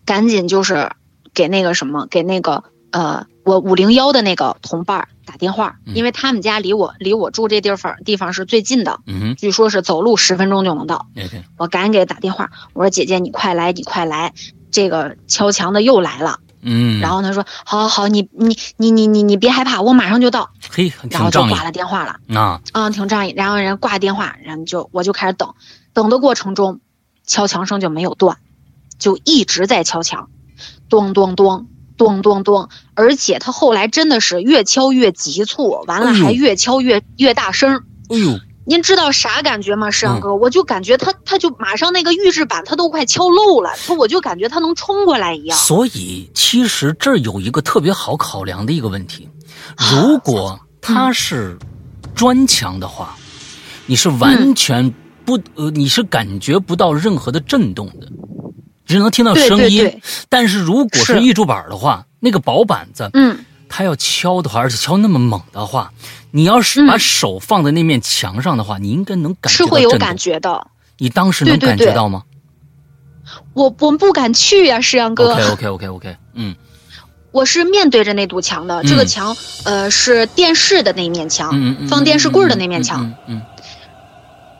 B: 赶紧就是给那个什么，给那个呃，我五零幺的那个同伴儿打电话，
A: 嗯
B: 因为他们家离我离我住这地方地方是最近的，
A: 嗯
B: 据说是走路十分钟就能到。
A: 嗯，OK，
B: 我赶紧给他打电话，我说姐姐你快来，你快来，这个敲墙的又来了。
A: 嗯，
B: 然后他说好好好，你你你你你你别害怕，我马上就到。
A: 嘿，
B: 然后
A: 挺
B: 就
A: 仗义
B: 挂了电话了。
A: 啊，
B: 嗯，挺仗义。然后人挂电话，然后就我就开始等，等的过程中，敲墙声就没有断，就一直在敲墙，咚咚咚咚咚咚，而且他后来真的是越敲越急促，完了
A: 哎呦
B: 还越敲越越大声。
A: 哎呦，
B: 您知道啥感觉吗，石
A: 嗯
B: 阳哥？我就感觉他，他就马上那个预制板他都快敲漏了，他我就感觉他能冲过来一样。
A: 所以其实这儿有一个特别好考量的一个问题，如果他是砖墙的话，你是完全不、呃，你是感觉不到任何的震动的，只能听到
B: 对
A: 声
B: 对
A: 音。
B: 对
A: 但是如果是
B: 是
A: 预制板的话，那个薄板子，
B: 嗯，
A: 它要敲的话，而且敲那么猛的话，你要是
B: 嗯
A: 把手放在那面墙上的话，你应该能感觉
B: 是
A: 到
B: 会有
A: 震动
B: 感。觉的。
A: 你当时能
B: 对对
A: 感觉
B: 对
A: 到吗
B: 我我不敢去呀、石阳哥。
A: ？OK OK OK OK，嗯
B: 我是面对着那堵墙的，
A: 嗯
B: 这个墙，呃，是电视的那一面墙，
A: 嗯嗯嗯，
B: 放电视柜儿的那面墙，
A: 嗯嗯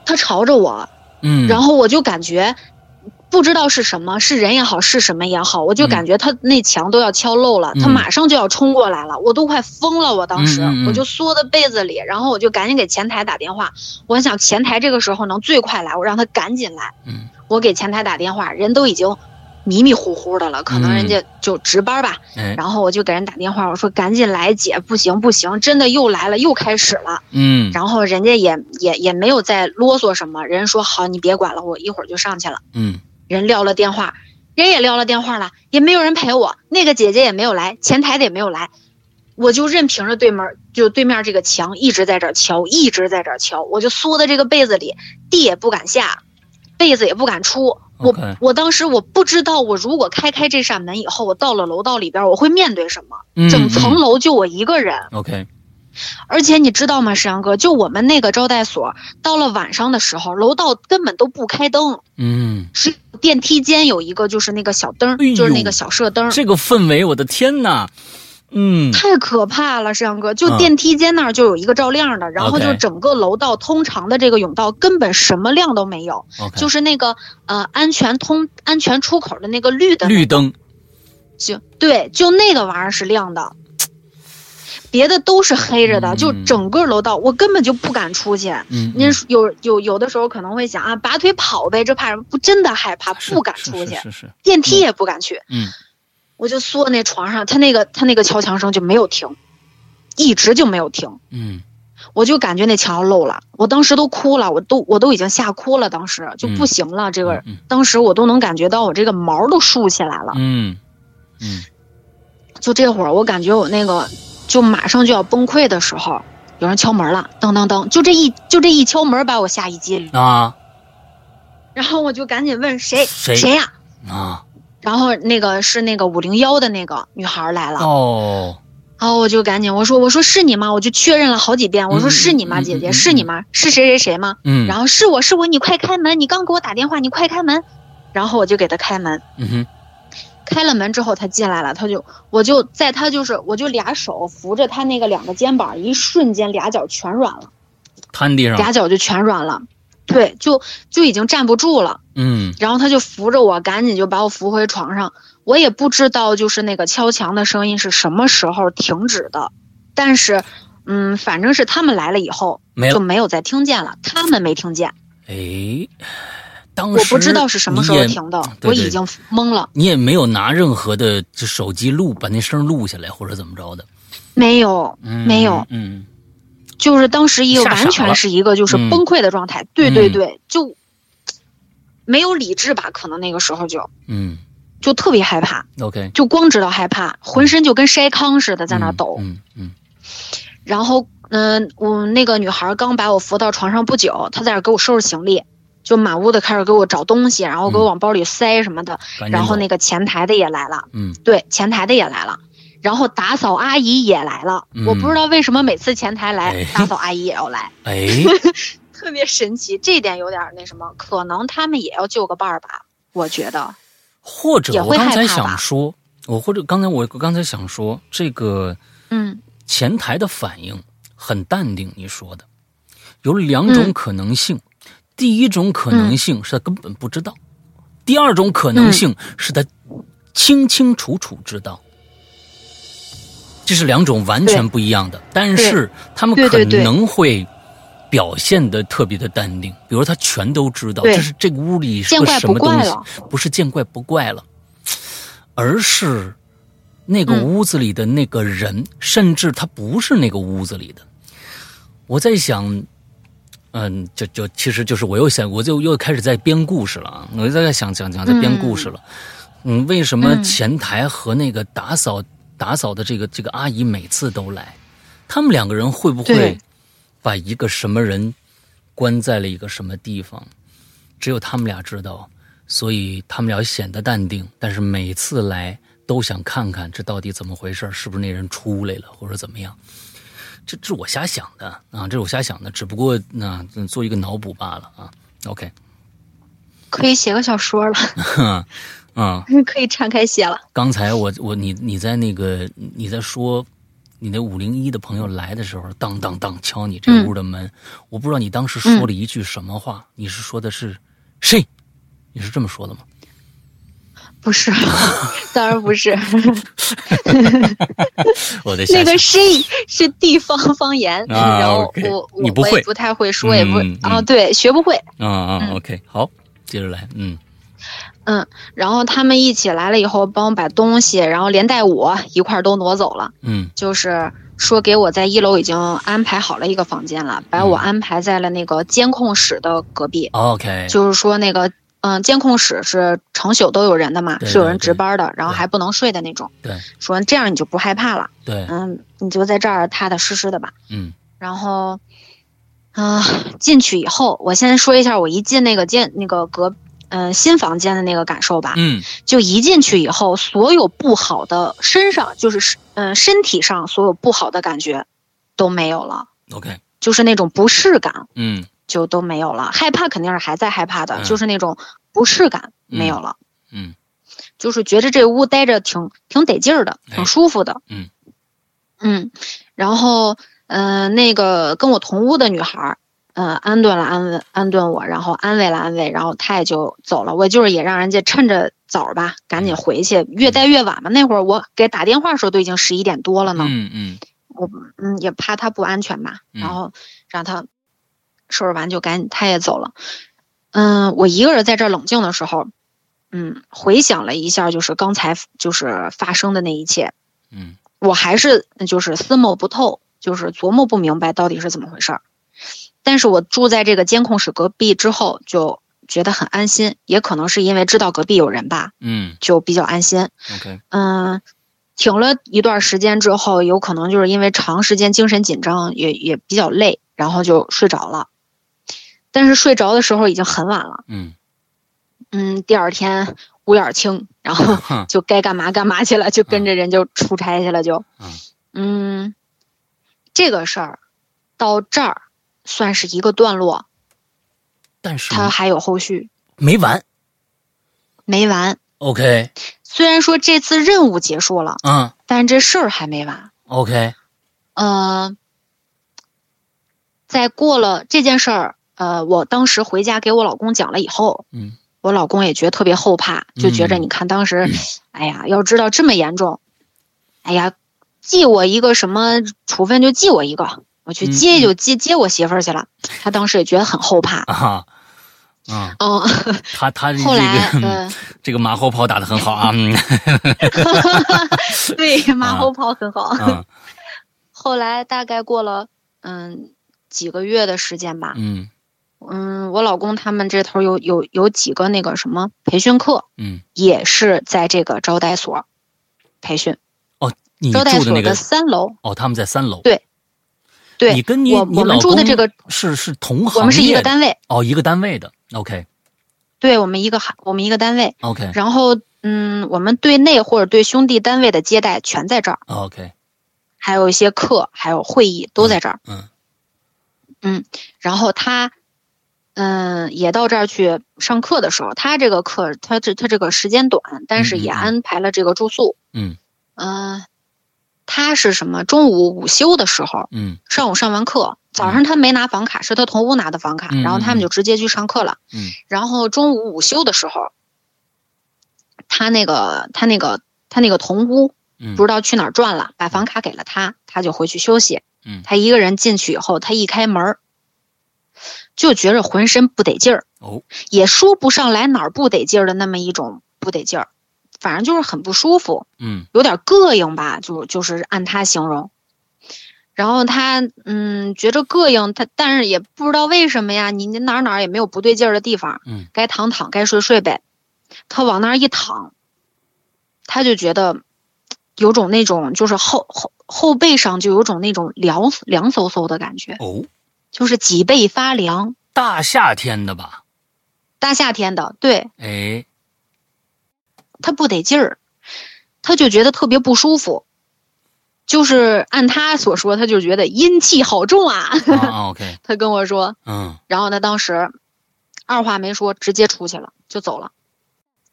B: 它朝着我，
A: 嗯，
B: 然后我就感觉，不知道是什么，是人也好，是什么也好，我就感觉它那墙都要敲漏了，
A: 嗯
B: 它马上就要冲过来了，我都快疯了，我当时
A: 嗯嗯嗯
B: 我就缩在被子里，然后我就赶紧给前台打电话，我想前台这个时候能最快来，我让他赶紧来，
A: 嗯
B: 我给前台打电话，人都已经迷迷糊糊的了，可
A: 嗯
B: 能人家就值班吧，
A: 哎
B: 然后我就给人打电话，我说赶紧来姐，不行不行，真的又来了，又开始了。
A: 嗯
B: 然后人家也也也没有再啰嗦什么，人家说好，你别管了，我一会儿就上去了。
A: 嗯
B: 人撂了电话，人也撂了电话了，也没有人陪我，那个姐姐也没有来，前台的也没有来，我就任凭着对门就对面这个墙一直在这儿敲，一直在这儿敲，我就缩在这个被子里，地也不敢下，被子也不敢出。我
A: OK
B: 我当时我不知道，我如果开开这扇门以后，我到了楼道里边，我会面对什么？
A: 嗯，
B: 整层楼就我一个人，
A: OK，
B: 而且你知道吗，石阳哥，就我们那个招待所，到了晚上的时候，楼道根本都不开灯，
A: 嗯，
B: 是电梯间有一个就是那个小灯，
A: 哎呦
B: 就是那个小射灯，
A: 这个氛围，我的天呐，嗯
B: 太可怕了，石阳哥，就
A: 嗯
B: 电梯间那儿就有一个照亮的，然后
A: OK
B: 就整个楼道通常的这个甬道根本什么亮都没有，
A: ，OK，
B: 就是那个呃安全通安全出口的那个绿的
A: 绿灯，
B: 就对，就那个玩意儿是亮的，别的都是黑着的，
A: 嗯
B: 就整个楼道我根本就不敢出去。
A: 嗯，
B: 您
A: 嗯
B: 说有有有的时候可能会想啊，拔腿跑呗，这怕什么？不真的害怕，
A: 是
B: 不敢
A: 是
B: 出
A: 是
B: 去，
A: 是是，
B: 电梯也不敢去。
A: 嗯
B: 我就缩那床上，他那个他那个敲墙声就没有停，一直就没有停。
A: 嗯
B: 我就感觉那墙要漏了，我当时都哭了，我都我都已经吓哭了，当时就不行了。这个
A: 嗯
B: 当时我都能感觉到我这个毛都竖起来了。
A: 嗯嗯
B: 就这会儿，我感觉我那个就马上就要崩溃的时候，有人敲门了，噔噔噔，就这一就这一敲门把我吓一激灵。
A: 啊
B: 然后我就赶紧问谁
A: 谁
B: 呀、
A: 啊
B: 然后那个是那个五零幺的那个女孩来了，
A: 哦，
B: 然后我就赶紧我说我说是你吗？我就确认了好几遍，我说
A: 嗯
B: 是你吗，
A: 嗯
B: 姐
A: 嗯
B: 姐、
A: 嗯
B: 是你吗？是谁谁谁吗？
A: 嗯，
B: 然
A: 后
B: 后是我是我，你快开门！你刚给我打电话，你快开门！然后我就给她开门，
A: 嗯哼，
B: 开了门之后她进来了，她就我就在她就是我就俩手扶着她那个两个肩膀，一瞬间俩脚全软了，
A: 瘫地上，
B: 俩脚就全软了，对，就就已经站不住了。
A: 嗯
B: 然后他就扶着我，赶紧就把我扶回床上。我也不知道就是那个敲墙的声音是什么时候停止的，但是，嗯，反正是他们来了以后
A: 没了
B: 就没有再听见了，他们没听见，
A: 哎，当时
B: 我不知道是什么时候
A: 你也
B: 停的，
A: 对对
B: 我已经懵了。
A: 你也没有拿任何的这手机录把那声录下来或者怎么着的，
B: 没有，
A: 嗯，
B: 没有，
A: 嗯，
B: 就是当时一个
A: 吓傻
B: 完全
A: 了
B: 是一个就是
A: 嗯
B: 崩溃的状态。对对
A: 嗯
B: 对，就没有理智吧，可能那个时候就
A: 嗯
B: 就特别害怕，
A: 嗯，OK，
B: 就光知道害怕，浑身就跟筛糠似的在那儿抖。
A: 嗯嗯
B: 然后，嗯、我那个女孩刚把我扶到床上不久，她在那儿给我收拾行李，就满屋子开始给我找东西，然后给我往包里塞什么的。
A: 嗯，赶紧
B: 然后
A: 走
B: 那个前台的也来了，
A: 嗯
B: 对，前台的也来了。然后打扫阿姨也来了，
A: 嗯
B: 我不知道为什么每次前台来，
A: 哎
B: 打扫阿姨也要来， <laughs>
A: 哎，
B: 特别神奇。这点有点那什么，可能他们也要就个伴儿吧，我觉得。
A: 或者
B: 也
A: 我
B: 会
A: 刚
B: 害
A: 才
B: 怕吧
A: 想说，我或者刚才我我刚才想说这个
B: 嗯
A: 前台的反应很淡定，你说的有两种
B: 嗯
A: 可能性，第一种可能性是他根本不知道，第二种可能性
B: 嗯
A: 是他清清楚楚知道。这是两种完全
B: 对
A: 不一样的，但是他们
B: 对
A: 可
B: 对对
A: 能会表现的特别的淡定，比如他全都知道，
B: 对
A: 这是这个屋里是
B: 见
A: 个
B: 怪
A: 什
B: 不
A: 么东
B: 怪
A: 西
B: 了，
A: 不是见怪不怪了，而是那个
B: 嗯
A: 屋子里的那个人，甚至他不是那个屋子里的。我在想，嗯，就就其实就是我又想，我就又开始在编故事了啊！我又在想想想在编故事了。嗯，为什么
B: 嗯
A: 前台和那个打扫打扫的这个这个阿姨每次都来？他们两个人会不会
B: 对
A: 把一个什么人关在了一个什么地方？只有他们俩知道，所以他们俩显得淡定，但是每次来都想看看这到底怎么回事，是不是那人出来了或者怎么样？这这是我瞎想的啊，这是我瞎想的，只不过那、嗯做一个脑补罢了啊。OK，
B: 可以写个小说了， <laughs>
A: 啊，
B: 可以敞开写了。
A: 刚才我我你你在那个你在说你那五零一的朋友来的时候，当当当敲你
B: 嗯
A: 这屋的门，我不知道你当时说了一句什么话，你是说的是谁？你是这么说的吗？
B: 不是， <laughs> 当然不
A: <laughs>
B: 是。
A: 我在
B: 那个是是地方方言，
A: 啊
B: 然后
A: OK，
B: 我我
A: 你不会
B: 我也不太会说，也不
A: 嗯
B: 会
A: 嗯
B: 啊，对，学不会。
A: 啊啊
B: 嗯
A: ，OK，好，接着来，嗯
B: 嗯，然后他们一起来了以后，帮我把东西，然后连带我一块儿都挪走了。
A: 嗯
B: 就是说给我在一楼已经安排好了一个房间了，把
A: 嗯
B: 我安排在了那个监控室的隔壁。
A: ，OK，
B: 就是说那个嗯，监控室是成宿都有人的嘛，
A: 对
B: 是有
A: 对
B: 人
A: 对
B: 值班的，然后
A: 对
B: 还不能睡的那种。
A: 对
B: 说这样你就不害怕了，
A: 对，
B: 嗯，你就在这儿踏踏实实的吧。
A: 嗯
B: 然后，啊、进去以后，我先说一下我一进那个间那个隔，嗯、新房间的那个感受吧。
A: 嗯
B: 就一进去以后，所有不好的身上，就是嗯、呃身体上所有不好的感觉都没有了，
A: 嗯，OK，
B: 就是那种不适感
A: 嗯
B: 就都没有了。害怕肯定是还在害怕的，
A: 嗯
B: 就是那种不适感没有了，
A: 嗯
B: 就是觉着这屋待着挺挺得劲儿的，
A: 哎
B: 挺舒服的。
A: 嗯
B: 嗯，然后嗯、呃那个跟我同屋的女孩儿，嗯、安顿了安慰安顿我，然后安慰了安慰，然后她也就走了。我就是也让人家趁着早儿吧，
A: 嗯
B: 赶紧回去，越待越晚嘛。那会儿我给打电话的时候都已经十一点多了呢，
A: 嗯嗯
B: 嗯也怕她不安全嘛，
A: 嗯
B: 然后让她收拾完就赶紧，她也走了。嗯，我一个人在这儿冷静的时候，嗯，回想了一下，就是刚才就是发生的那一切，
A: 嗯
B: 我还是就是思谋不透，就是琢磨不明白到底是怎么回事儿。但是我住在这个监控室隔壁之后，就觉得很安心，也可能是因为知道隔壁有人吧，
A: 嗯
B: 就比较安心。
A: ，OK，
B: 嗯，挺了一段时间之后，有可能就是因为长时间精神紧张，也也比较累，然后就睡着了。但是睡着的时候已经很晚了，
A: 嗯，
B: 嗯，第二天五眼儿清，然后
A: <laughs> 哼
B: 就该干嘛干嘛去了，就跟着人就出差去了，就
A: 嗯，
B: 嗯，这个事儿到这儿算是一个段落，
A: 但是
B: 它还有后续
A: 没完
B: 没完。
A: ，OK，
B: 虽然说这次任务结束了，
A: 嗯
B: 但这事儿还没完。
A: ，OK，
B: 呃，在过了这件事儿，呃，我当时回家给我老公讲了以后，
A: 嗯
B: 我老公也觉得特别后怕，就觉着
A: 嗯
B: 你看
A: <clears throat>
B: 当时，哎呀，要知道这么严重，哎呀，记我一个什么处分就记我一个，我去
A: 嗯
B: 接就接接我媳妇儿去了。他当时也觉得很后怕，
A: 啊啊，
B: 嗯，
A: 他他这
B: 后来
A: 个、嗯
B: 呃，
A: 这个马后炮打得很好
B: <laughs>
A: 啊，嗯 <laughs>
B: 对马后炮很好。
A: 啊
B: 后来大概过了嗯几个月的时间吧，
A: 嗯
B: 嗯，我老公他们这头有有有几个那个什么培训课，
A: 嗯，
B: 也是在这个招待所培训，
A: 你
B: 招待
A: 住的
B: 所
A: 那个
B: 的三楼。
A: 哦，他们在三楼，
B: 对对，
A: 你跟你
B: 我
A: 你
B: 我
A: 老
B: 们
A: 公
B: 住的这个，
A: 是是同行业的，
B: 我们是一个单位，
A: 哦一个单位的，OK
B: 对我们一个行，我们一个单位。
A: OK
B: 然后，嗯，我们对内或者对兄弟单位的接待全在这儿，
A: 哦 OK，
B: 还有一些课，还有会议都在这儿。嗯
A: 嗯
B: 然后他，嗯，也到这儿去上课的时候，他这个课，他这他这个时间短，但是也
A: 嗯嗯嗯
B: 安排了这个住宿。
A: 嗯
B: 嗯，他是什么？中午午休的时候，
A: 嗯
B: 上午上完课，早上他没拿房卡，是他同屋拿的房卡，
A: 嗯
B: 然后他
A: 嗯
B: 们
A: 嗯
B: 就直接去上课了。
A: 嗯
B: 然后中午午休的时候，他那个他那个他那个同屋
A: 嗯
B: 不知道去哪儿转了，把房卡给了他，他就回去休息。
A: 嗯
B: 他一个人进去以后，他一开门儿，就觉着浑身不得劲儿，
A: 哦
B: 也说不上来哪儿不得劲儿的那么一种不得劲儿，反正就是很不舒服。
A: 嗯
B: 有点膈应吧，就就是按他形容。然后他嗯觉着膈应，他但是也不知道为什么呀，你你哪儿哪儿也没有不对劲儿的地方，
A: 嗯，
B: <laughs> 该躺躺该睡睡呗。他往那儿一躺，他就觉得有种那种就是后后后背上就有种那种凉凉飕飕的感觉，
A: 哦，
B: 就是脊背发凉。
A: 大夏天的吧，
B: 大夏天的，对
A: 哎
B: 他不得劲儿，他就觉得特别不舒服。就是按他所说，他就觉得阴气好重啊。
A: 啊啊 OK，
B: 他跟我说，
A: 嗯
B: 然后他当时二话没说，直接出去了，就走了，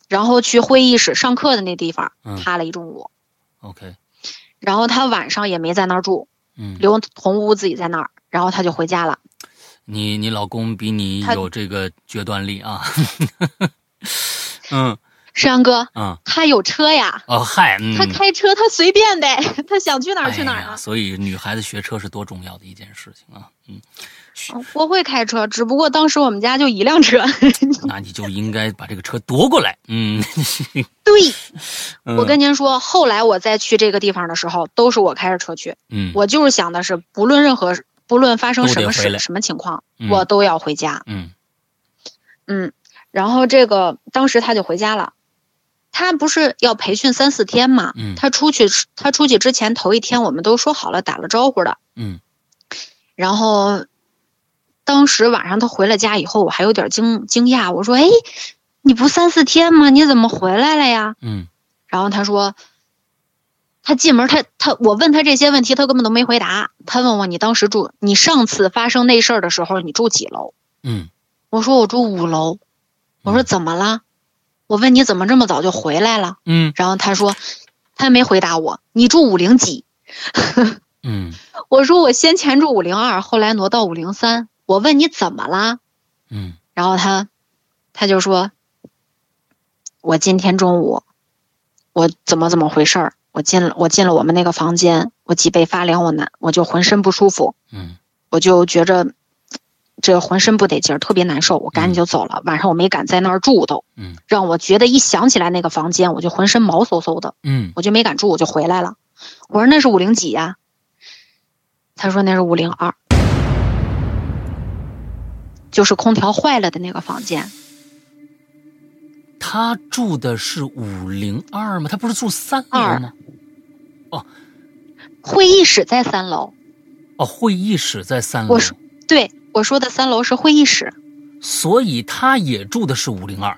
B: 然后去会议室上课的那地方
A: 嗯
B: 趴了一中午，
A: OK，
B: 然后他晚上也没在那儿住， <laughs>
A: 嗯，
B: 留同屋自己在那儿，然后他就回家了。
A: 你你老公比你
B: 他
A: 有这个决断力啊， <laughs> 嗯
B: 山阳哥，
A: 嗯
B: 他有车呀，
A: 哦嗨，嗯
B: 他开车他随便呗， <laughs> 他想去哪儿去哪儿
A: 哎呀
B: 啊。
A: 所以女孩子学车是多重要的一件事情啊！嗯，
B: 嗯我会开车，只不过当时我们家就一辆车。 <laughs>
A: 那你就应该把这个车夺过来。嗯，
B: 对，
A: 嗯
B: <laughs> 我跟您说，后来我再去这个地方的时候，都是我开着车去。
A: 嗯
B: 我就是想的是，不论任何，不论发生
A: 都得
B: 什么
A: 回来
B: 事、什么情况，
A: 嗯
B: 我都要回家。
A: 嗯
B: 嗯，然后这个当时他就回家了。他不是要培训三四天嘛？
A: 嗯
B: 他出去，他出去之前头一天，我们都说好了，打了招呼的。
A: 嗯
B: 然后，当时晚上他回了家以后，我还有点惊惊讶，我说：“哎，你不三四天吗？你怎么回来了呀？”
A: 嗯
B: 然后他说，他进门，他他我问他这些问题，他根本都没回答。他问我你当时住，你上次发生那事儿的时候，你住几楼？
A: 嗯
B: 我说我住五楼。我说
A: 嗯
B: 怎么了？我问你怎么这么早就回来了？
A: 嗯
B: 然后他说，他没回答我。你住五零几？
A: 嗯
B: 我说我先前住五零二，后来挪到五零三。我问你怎么啦？
A: 嗯
B: 然后他他就说，我今天中午我怎么怎么回事儿？我进了我进了我们那个房间，我脊背发凉，我难我就浑身不舒服，
A: 嗯
B: 我就觉着这浑身不得劲儿，特别难受，我赶紧就走了。晚上我没敢在那儿住都，
A: 嗯
B: 让我觉得一想起来那个房间，我就浑身毛嗖嗖的，
A: 嗯
B: 我就没敢住，我就回来了。我说那是五零几呀、他说那是五零二，就是空调坏了的那个房间。
A: 他住的是五零二吗？他不是住三楼吗？
B: 会议室在三楼，
A: 哦，会议室在三楼
B: 我，说对我说的三楼是会议室。
A: 所以他也住的是五零二。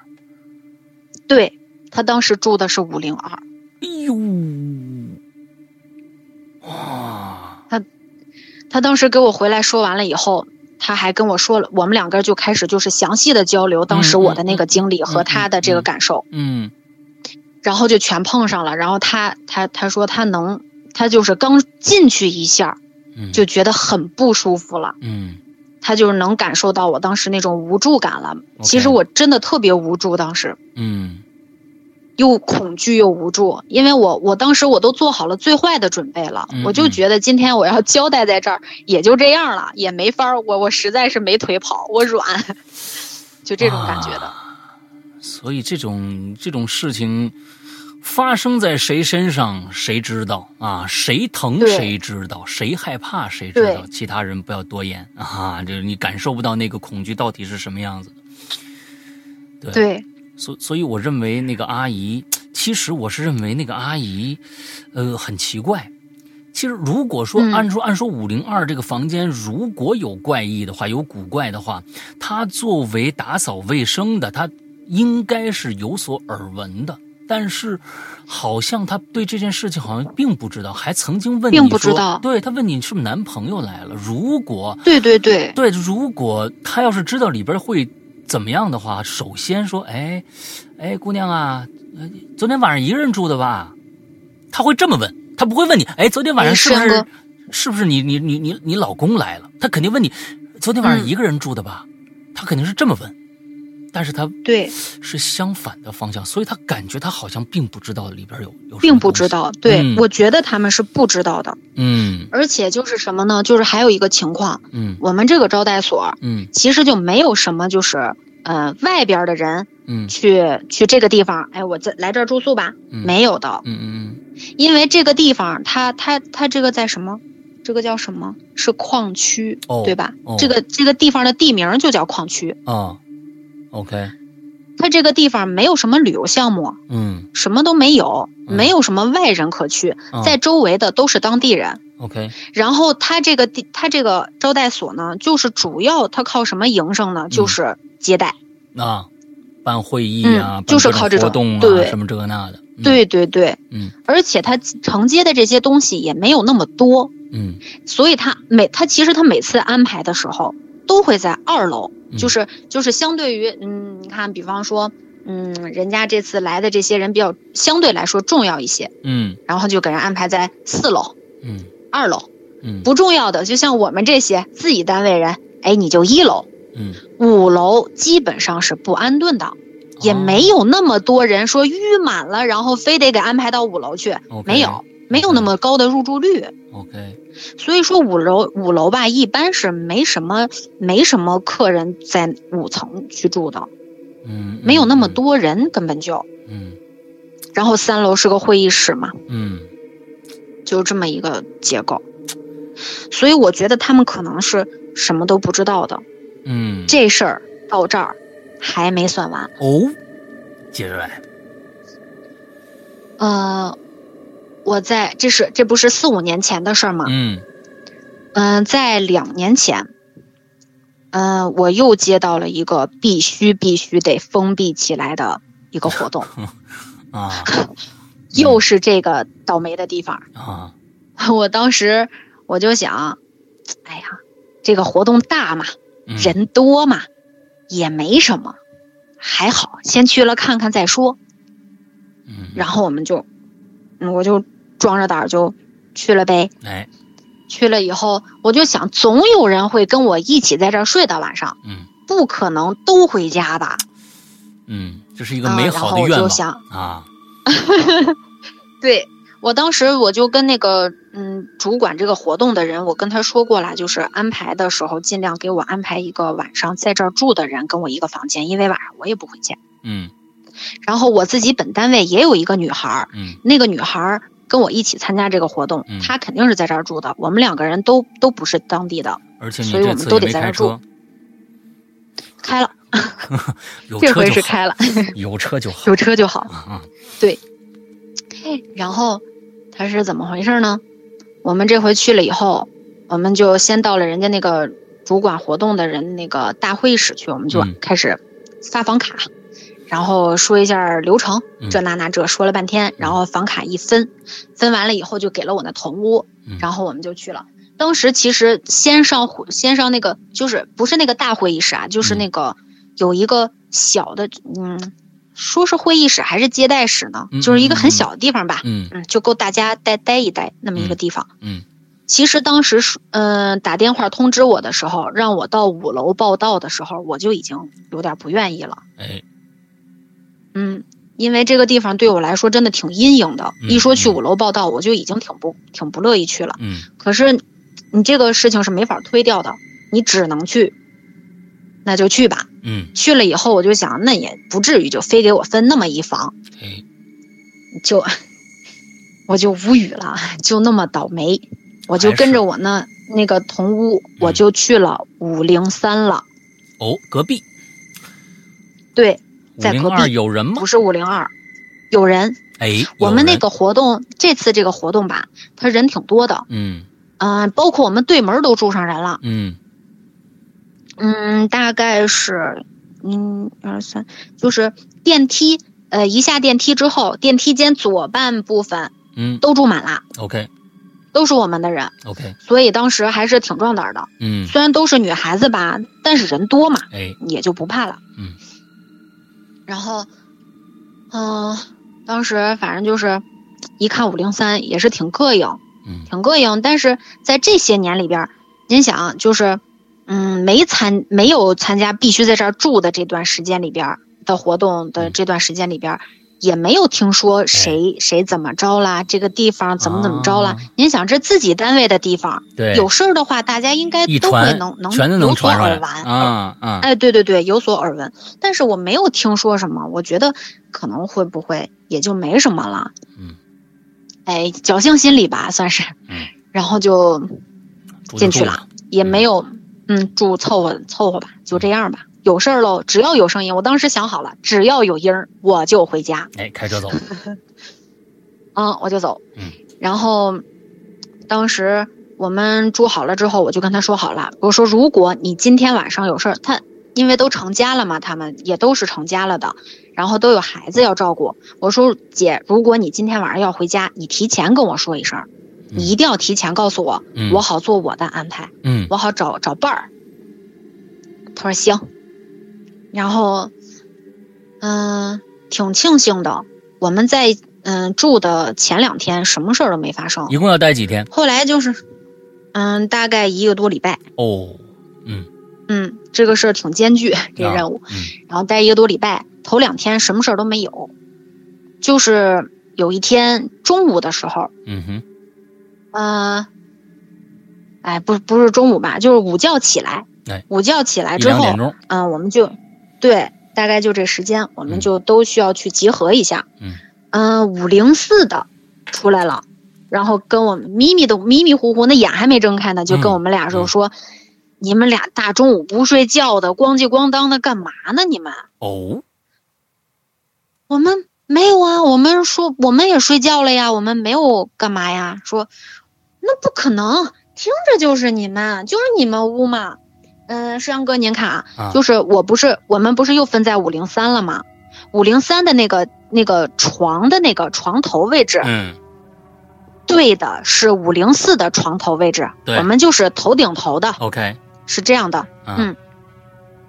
B: 对他当时住的是五零二，
A: 哎呦，哇，
B: 他当时给我回来说完了以后，他还跟我说了，我们两个就开始就是详细的交流当时我的那个经历和他的这个感受，
A: 嗯
B: 然后就全碰上了。然后他他他说他能，他就是刚进去一下
A: 嗯，
B: 就觉得很不舒服了，
A: 嗯
B: 他就是能感受到我当时那种无助感了。其实我真的特别无助，当时
A: 嗯
B: 又恐惧又无助，因为我我当时我都做好了最坏的准备了，
A: 嗯
B: 我就觉得今天我要交代在这儿也就这样了，也没法儿，我我实在是没腿跑，我软， <laughs> 就这种感觉的。
A: 啊所以这种这种事情发生在谁身上，谁知道啊？谁疼
B: 对
A: 谁知道，谁害怕谁知道，
B: 对
A: 其他人不要多言啊！就是你感受不到那个恐惧到底是什么样子的。对
B: 对，
A: 所所以，我认为那个阿姨，其实我是认为那个阿姨，呃，很奇怪。其实，如果说
B: 嗯
A: 按说按说五零二这个房间如果有怪异的话，有古怪的话，她作为打扫卫生的，她应该是有所耳闻的。但是，好像她对这件事情好像并不知道，还曾经问你
B: 并不知
A: 说
B: 道
A: 对她问你是不是男朋友来了？如果
B: 对对对，
A: 对，如果他要是知道里边会怎么样的话，首先说，哎，哎，姑娘啊，呃昨天晚上一个人住的吧？他会这么问，他不会问你，哎，昨天晚上
B: 哎
A: 是不
B: 轩
A: 是
B: 哥
A: 是不是你你你你你老公来了？他肯定问你，昨天晚上
B: 嗯
A: 一个人住的吧？他肯定是这么问，但是他
B: 对，
A: 是相反的方向，所以他感觉他好像并不知道里边有有，
B: 并不知，道，对、
A: 嗯
B: 我觉得他们是不知道的，
A: 嗯
B: 而且就是什么呢？就是还有一个情况，
A: 嗯
B: 我们这个招待所
A: 嗯
B: 其实就没有什么就是。呃，外边的人
A: 嗯
B: 去去这个地方，哎，我在来这儿住宿吧，
A: 嗯
B: 没有的，
A: 嗯嗯
B: 因为这个地方它它它这个在什么？这个叫什么？是矿区，
A: 哦
B: 对吧？
A: 哦
B: 这个这个地方的地名就叫矿区。
A: 嗯啊，OK，
B: 它这个地方没有什么旅游项目，
A: 嗯，
B: 什么都没有，
A: 嗯
B: 没有什么外人可去，
A: 啊
B: 在周围的都是当地人。
A: OK，
B: 然后它这个地，它这个招待所呢，就是主要它靠什么营生
A: 嗯
B: 呢？就是接待。
A: 啊，办会议啊，
B: 嗯
A: 办
B: 就是
A: 各种
B: 靠这种
A: 活动啊，
B: 对
A: 什么这个那的，嗯，
B: 对对对，
A: 嗯
B: 而且它承接的这些东西也没有那么多，
A: 嗯
B: 所以他每他其实他每次安排的时候都会在二楼，
A: 嗯
B: 就是就是相对于嗯，你看，比方说嗯，人家这次来的这些人比较相对来说重要一些，
A: 嗯
B: 然后就给人安排在四楼、
A: 嗯
B: 二楼，
A: 嗯
B: 不重要的就像我们这些自己单位人，哎，你就一楼、
A: 嗯，
B: 五楼基本上是不安顿的。也没有那么多人说淤满了，然后非得给安排到五楼去，
A: 哦 OK 嗯
B: 没有，没有那么高的入住率。
A: OK，
B: 所以说五楼五楼吧，一般是没什么没什么客人在五层居住的，
A: 嗯，
B: 没有那么
A: 嗯，
B: 多人，根本就。
A: 嗯
B: 然后三楼是个会议室嘛，
A: 嗯
B: 就这么一个结构。所以我觉得他们可能是什么都不知道的。
A: 嗯，
B: 这事儿到这儿还没算完，
A: 哦，接着来，
B: 呃，我在这是这不是四五年前的事儿吗？
A: 嗯
B: 嗯、在两年前，嗯、我又接到了一个必须必须得封闭起来的一个活动，
A: 啊
B: 又是这个倒霉的地方。
A: 啊，
B: <laughs> 我当时我就想，哎呀，这个活动大嘛，
A: 嗯
B: 人多嘛，也没什么，还好，先去了看看再说。
A: 嗯，
B: 然后我们就，嗯我就壮着胆儿就去了呗。
A: 哎，
B: 去了以后，我就想，总有人会跟我一起在这儿睡到晚上。
A: 嗯
B: 不可能都回家吧？
A: 嗯，这是一个
B: 啊，
A: 美
B: 然
A: 好
B: 后
A: 的
B: 我
A: 愿
B: 就
A: 望
B: 想，
A: 啊，
B: 对我当时我就跟那个嗯主管这个活动的人，我跟他说过了，就是安排的时候尽量给我安排一个晚上在这儿住的人跟我一个房间，因为晚上我也不回家。
A: 嗯
B: 然后我自己本单位也有一个女孩儿，
A: 嗯
B: 那个女孩儿跟我一起参加这个活动，
A: 嗯
B: 她肯定是在这儿住的。我们两个人都都不是当地的，
A: 而且你
B: 所以我
A: 这
B: 们
A: 次
B: 都
A: 也
B: 得
A: 没
B: 在这
A: 开
B: 儿住
A: 车，
B: 开了
A: 有
B: 这
A: 车
B: 回是
A: 就好，
B: 开了， <laughs>
A: 有车就好
B: 有车就好。
A: 啊，
B: 然后他是怎么回事呢？我们这回去了以后，我们就先到了人家那个主管活动的人那个大会室去，我们就
A: 嗯
B: 开始发房卡，然后说一下流程，
A: 嗯
B: 这那那这说了半天，然后房卡一分，分完了以后就给了我那同屋
A: 嗯，
B: 然后我们就去了。当时其实先上会先上那个就是不是那个大会议室啊，就是
A: 嗯
B: 那个有一个小的，嗯，说是会议室还是接待室呢
A: 嗯，
B: 就是一个
A: 嗯嗯
B: 很
A: 嗯
B: 小的地方吧，
A: 嗯
B: 嗯，就够大家待待一待那么一个地方。
A: 嗯
B: 其实当时是，嗯、打电话通知我的时候，让我到五楼报到的时候，我就已经有点不愿意了。
A: 哎，
B: 嗯，因为这个地方对我来说真的挺阴影的。
A: 嗯
B: 一说去五楼报到，我就已经挺不挺不乐意去了。
A: 嗯
B: 可是你这个事情是没法推掉的，你只能去，那就去吧。
A: 嗯，
B: 去了以后，我就想，那也不至于就非给我分那么一房，
A: 哎，
B: 就我就无语了，就那么倒霉，我就
A: 还
B: 跟
A: 是嗯
B: 着我那那个同屋，我就去了五零三了。
A: 哦，隔壁
B: 对，
A: 五
B: 在
A: 零
B: 隔
A: 二
B: 壁
A: 有人吗
B: 不？是五零二，有人。
A: 哎，
B: 我
A: 有
B: 们那
A: 人
B: 个活动，这次这个活动吧，他人挺多的，
A: 嗯
B: 嗯、包括我们对门都住上人了，
A: 嗯
B: 嗯，大概是，嗯，二三，就是电梯，呃，一下电梯之后，电梯间左半部分
A: 嗯
B: 都住满了，
A: ，OK
B: 都是我们的人，
A: OK，
B: 所以当时还是挺壮胆的。
A: 嗯，
B: 虽然都是女孩子吧，但是人多嘛，
A: 哎，
B: 也就不怕了。
A: 嗯。
B: 然后，嗯、当时反正就是，一看五零三也是挺膈应，
A: 嗯
B: 挺膈应。但是在这些年里边儿，您想就是，嗯，没参没有参加必须在这儿住的这段时间里边儿的活动的
A: 嗯哎
B: 这段时间里边儿。也没有听说谁、谁怎么着啦，这个地方怎么怎么着啦？
A: 啊
B: 您想，这自己单位的地方，
A: 对，
B: 有事儿的话，大家应该
A: 一
B: 都会
A: 传
B: 能能
A: 全都
B: 有
A: 能
B: 所
A: 传出
B: 耳
A: 来
B: 闻
A: 啊啊，
B: 哎，对对对，有所耳闻，但是我没有听说什么，我觉得可能会不会也就没什么了。
A: 嗯，
B: 哎，侥幸心理吧，算是。
A: 嗯。
B: 然后就
A: 住就
B: 进去
A: 住
B: 了，也没有，嗯，住凑合凑合吧，就
A: 嗯
B: 这样吧。有事儿喽，只要有声音，我当时想好了，只要有音儿我就回家。
A: 哎，开车走，
B: 嗯，我就走。
A: 嗯，
B: 然后当时我们住好了之后，我就跟他说好了，我说如果你今天晚上有事儿，他因为都成家了嘛，他们也都是成家了的，然后都有孩子要照顾。我说姐，如果你今天晚上要回家，你提前跟我说一声儿，你一定要提前告诉我，
A: 嗯
B: 我好做我的安排，
A: 嗯
B: 我好找找伴儿。他说行，然后，嗯、挺庆幸的，我们在嗯、住的前两天什么事儿都没发生。
A: 一共要待几天？
B: 后来就是，嗯、大概一个多礼拜，
A: 哦，
B: 嗯，这个事儿挺艰巨，这
A: 啊
B: 任务，
A: 嗯
B: 然后待一个多礼拜，头两天什么事儿都没有，就是有一天中午的时候，
A: 嗯哼，
B: 嗯，哎，不不是中午吧，就是午觉起来
A: 哎，
B: 午觉起来
A: 一
B: 之
A: 两
B: 后，
A: 点钟，
B: 嗯，我们就对，大概就这时间，我
A: 嗯
B: 们就都需要去集合一下。
A: 嗯
B: 嗯，五零四的出来了，然后跟我们迷迷的迷迷糊糊，那眼还没睁开呢，就跟
A: 嗯
B: 我们俩就
A: 嗯
B: 说：“你们俩大中午不睡觉的，咣叽咣当的干嘛呢？你们？
A: 哦，
B: 我们没有啊，我们说我们也睡觉了呀，我们没有干嘛呀？说那不可能，听着就是你们，就是你们屋嘛。嗯、呃，山哥您看啊，
A: 啊
B: 就是我不是我们不是又分在五零三了吗？五零三的那个那个床的那个床头位置，
A: 嗯，
B: 对的是五零四的床头位置，
A: 对
B: 我们就是头顶头的，
A: ，OK，
B: 是这样的。
A: 啊
B: 嗯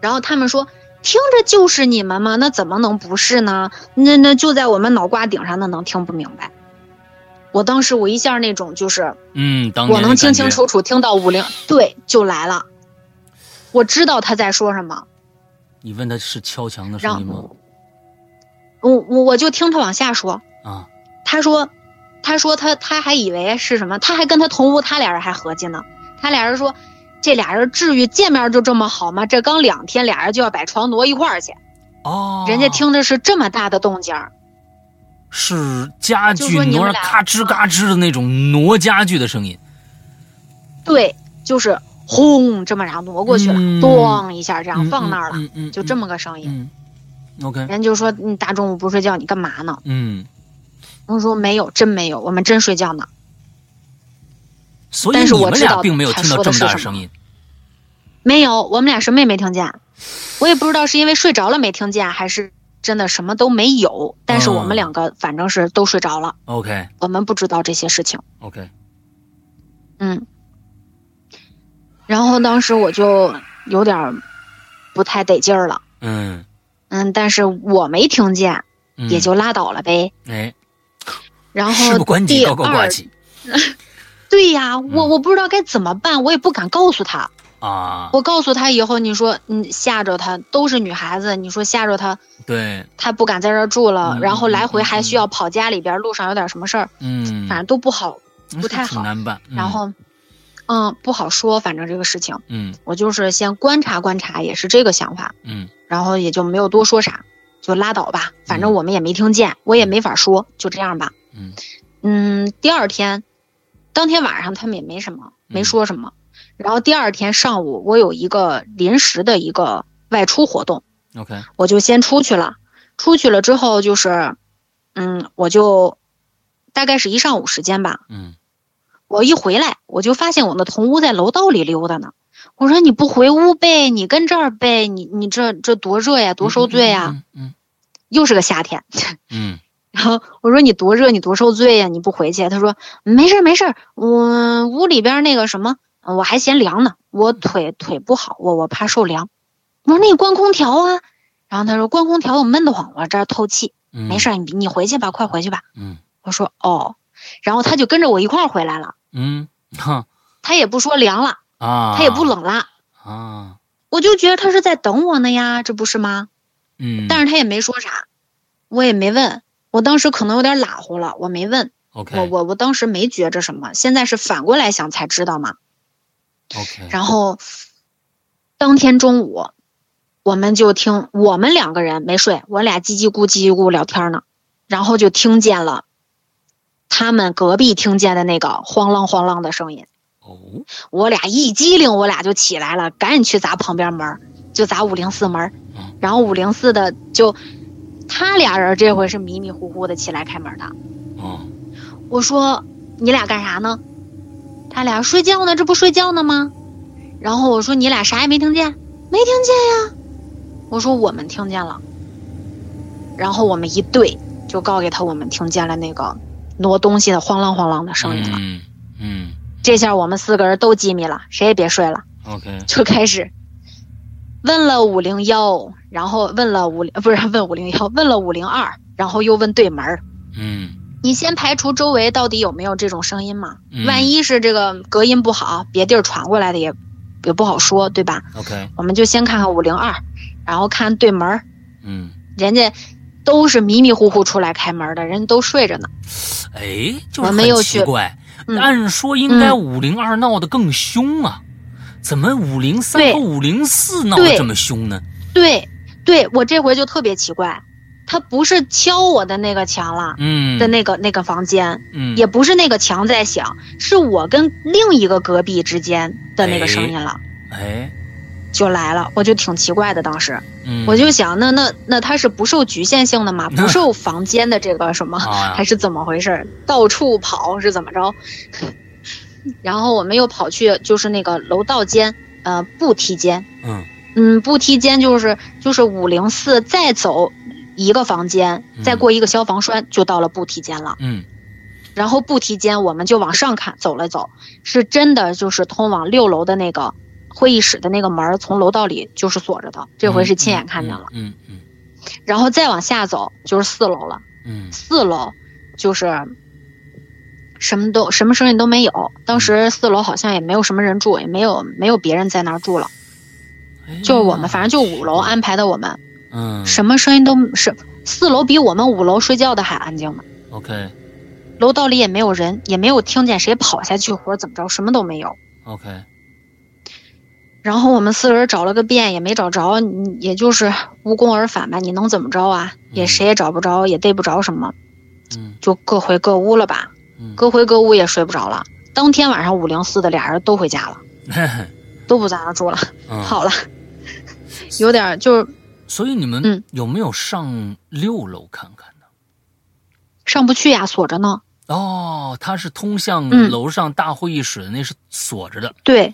B: 然后他们说。听着就是你们吗？那怎么能不是呢？那那就在我们脑瓜顶上，那能听不明白？我当时我一下那种就是
A: 嗯，当年
B: 我
A: 的
B: 能清
A: 感
B: 清
A: 觉，
B: 楚楚听到五零对就来了，我知道他在说什么，
A: 你问他是敲墙的声音吗？
B: 我我我就听他往下说，
A: 啊，
B: 他说，他说他他还以为是什么，他还跟他同屋，他俩人还合计呢。他俩人说，这俩人至于见面就这么好吗？这刚两天，俩人就要把床挪一块儿去。
A: 哦，
B: 人家听着是这么大的动静儿，
A: 是家
B: 就
A: 具
B: 说你
A: 挪
B: 们
A: 着
B: 俩
A: 咔吱嘎吱的那种挪家具的声音，
B: 对，就是轰这么然后挪过去了，
A: 嗯
B: 咣一下这样放那儿了，
A: 嗯嗯，
B: 就这么个声音。
A: 嗯，OK，
B: 人就说你大中午不睡觉，你干嘛呢？
A: 嗯，
B: 我说没有，真没有，我们真睡觉呢。
A: 所以
B: 但是
A: 你
B: 我
A: 们
B: 知
A: 俩
B: 道
A: 并没有
B: 他
A: 听到
B: 说
A: 这
B: 的
A: 么
B: 是
A: 大的
B: 什么
A: 声音，
B: 没有，我们俩什么也没听见，我也不知道是因为睡着了没听见，还是真的什么都没有。但是我们两
A: 嗯
B: 个反正是都睡着了，
A: ，OK
B: 我们不知道这些事情。
A: OK，
B: 嗯，然后当时我就有点儿不太得劲儿了，
A: 嗯，
B: 嗯，但是我没听见，
A: 嗯
B: 也就拉倒了呗。
A: 哎，
B: 然
A: 事
B: 后
A: 不关己
B: 第
A: 高高挂
B: 二
A: 起，
B: 对呀，我我不知道该怎么办，我也不敢告诉他。
A: 啊，
B: 我告诉他以后，你说你吓着他，都是女孩子，你说吓着他，
A: 对，
B: 他不敢在这儿住了，
A: 嗯
B: 然后来回
A: 嗯
B: 还需要跑家里边，路上有点什么事儿，
A: 嗯，
B: 反正都不好，
A: 正
B: 不太好
A: 挺难办。嗯
B: 然，后，嗯，不好说，反正这个事情，
A: 嗯
B: 我就是先观察观察，也是这个想法，
A: 嗯
B: 然后也就没有多说啥，就拉倒吧，反正我们也没听见，我也没法说，就这样吧。
A: 嗯
B: 嗯，第二天，当天晚上他们也没什么，没
A: 嗯
B: 说什么。然后第二天上午，我有一个临时的一个外出活动，
A: ，OK，
B: 我就先出去了。出去了之后就是，嗯，我就大概是一上午时间吧。
A: 嗯
B: 我一回来，我就发现我的同屋在楼道里溜达呢。我说你不回屋呗，你跟这儿呗，你你这这多热呀，多受罪呀，
A: 嗯
B: <laughs> 又是个夏天。
A: 嗯
B: 然后我说你多热，你多受罪呀、你不回去？他说没事儿没事儿，我屋里边那个什么，呃我还嫌凉呢，我腿腿不好，我我怕受凉。我说那你关空调啊，然后他说关空调我闷得慌，我这儿透气，
A: 嗯，
B: 没事，儿，你你回去吧，快回去吧。
A: 嗯
B: 我说哦，然后他就跟着我一块儿回来了，
A: 嗯，哈
B: 他也不说凉了，
A: 啊，
B: 他也不冷啦，
A: 啊，
B: 我就觉得他是在等我呢呀，这不是吗？
A: 嗯，
B: 但
A: 是
B: 是他也没说啥，我也没问，我当时可能有点拉呼了，我没问。
A: OK，
B: 我我我当时没觉着什么，现在是反过来想才知道嘛。
A: OK，
B: 然后当天中午，我们就听我们两个人没睡，我俩叽叽咕叽叽咕聊天呢，然后就听见了他们隔壁听见的那个晃啷晃啷的声音。
A: 哦，
B: 我俩一激灵，我俩就起来了，赶紧去砸旁边门儿，就砸五零四门儿
A: 嗯。
B: 然后五零四的就他俩人这回是迷迷糊糊的起来开门的。
A: 哦，
B: 我说你俩干啥呢？他俩睡觉呢，这不睡觉呢吗？然后我说你俩啥也没听见，没听见呀。我说我们听见了。然后我们一对就告给他，我们听见了那个挪东西的晃啷晃啷的声音了。
A: 嗯嗯
B: 这下我们四个人都机密了，谁也别睡了，
A: ，OK，
B: 就开始问了五零幺，然后问了五不是问五零幺，问了五零二，然后又问对门儿。
A: 嗯，
B: 你先排除周围到底有没有这种声音嘛？
A: 嗯
B: 万一是这个隔音不好，别地儿传过来的也也不好说，对吧？
A: OK，
B: 我们就先看看五零二，然后看对门儿，
A: 嗯。
B: 人家都是迷迷糊糊出来开门的，人家都睡着呢。
A: 哎，就是
B: 我没有
A: 很
B: 去
A: 奇怪。
B: 嗯
A: 按说应该
B: 嗯
A: 五零二闹得更凶啊，怎么五零三
B: 对
A: 和五零四闹得
B: 对
A: 这么凶呢？
B: 对，对我这回就特别奇怪，他不是敲我的那个墙了。
A: 嗯，
B: 的那个那个房间，
A: 嗯
B: 也不是那个墙在响，是我跟另一个隔壁之间的那个声音了，
A: 哎，
B: 就来了，我就挺奇怪的。当时，
A: 嗯，
B: 我就想，那那那它是不受局限
A: <laughs>
B: 性的嘛？不受房间的这个什么，
A: 啊
B: 还是怎么回事儿？到处跑是怎么着？ <laughs> 然后我们又跑去就是那个楼道间，呃，步梯间，
A: 嗯
B: 嗯，步梯间就是就是五零四，再走一个房间，再
A: 嗯
B: 过一个消防栓就到了步梯间了。
A: 嗯
B: 然后步梯间我们就往上看，走了走，是真的就是通往六楼的那个会议室的那个门儿，从楼道里就是锁着的，这回是亲眼看见了。
A: 嗯嗯
B: 然后再往下走就是四楼了，
A: 嗯
B: 四楼就是什么都什么声音都没有。当时四楼好像也没有什么人住，也没有没有别人在那儿住了，
A: 嗯，
B: 就是我们反正就五楼
A: 哎呀
B: 安排的我们，
A: 嗯
B: 什么声音都是四楼比我们五楼睡觉的还安静呢。
A: OK
B: 楼道里也没有人，也没有听见谁跑下去或者怎么着，什么都没有。
A: OK
B: 然后我们四个人找了个遍，也没找着，你也就是无功而返吧。你能怎么着啊？也
A: 嗯
B: 谁也找不着，也逮不着什么，
A: 嗯
B: 就各回各屋了吧。
A: 嗯
B: 各回各屋也睡不着了。当天晚上五零四的俩人都回家了，
A: 嘿嘿
B: 都不在那儿住了， <laughs>
A: 嗯
B: 跑了，有点儿就是
A: 所以你们
B: 嗯
A: 有没有上六楼看看呢？
B: 上不去呀，锁着呢。
A: 哦，它是通向
B: 嗯
A: 楼上大会议室的，那是锁着的。
B: 对，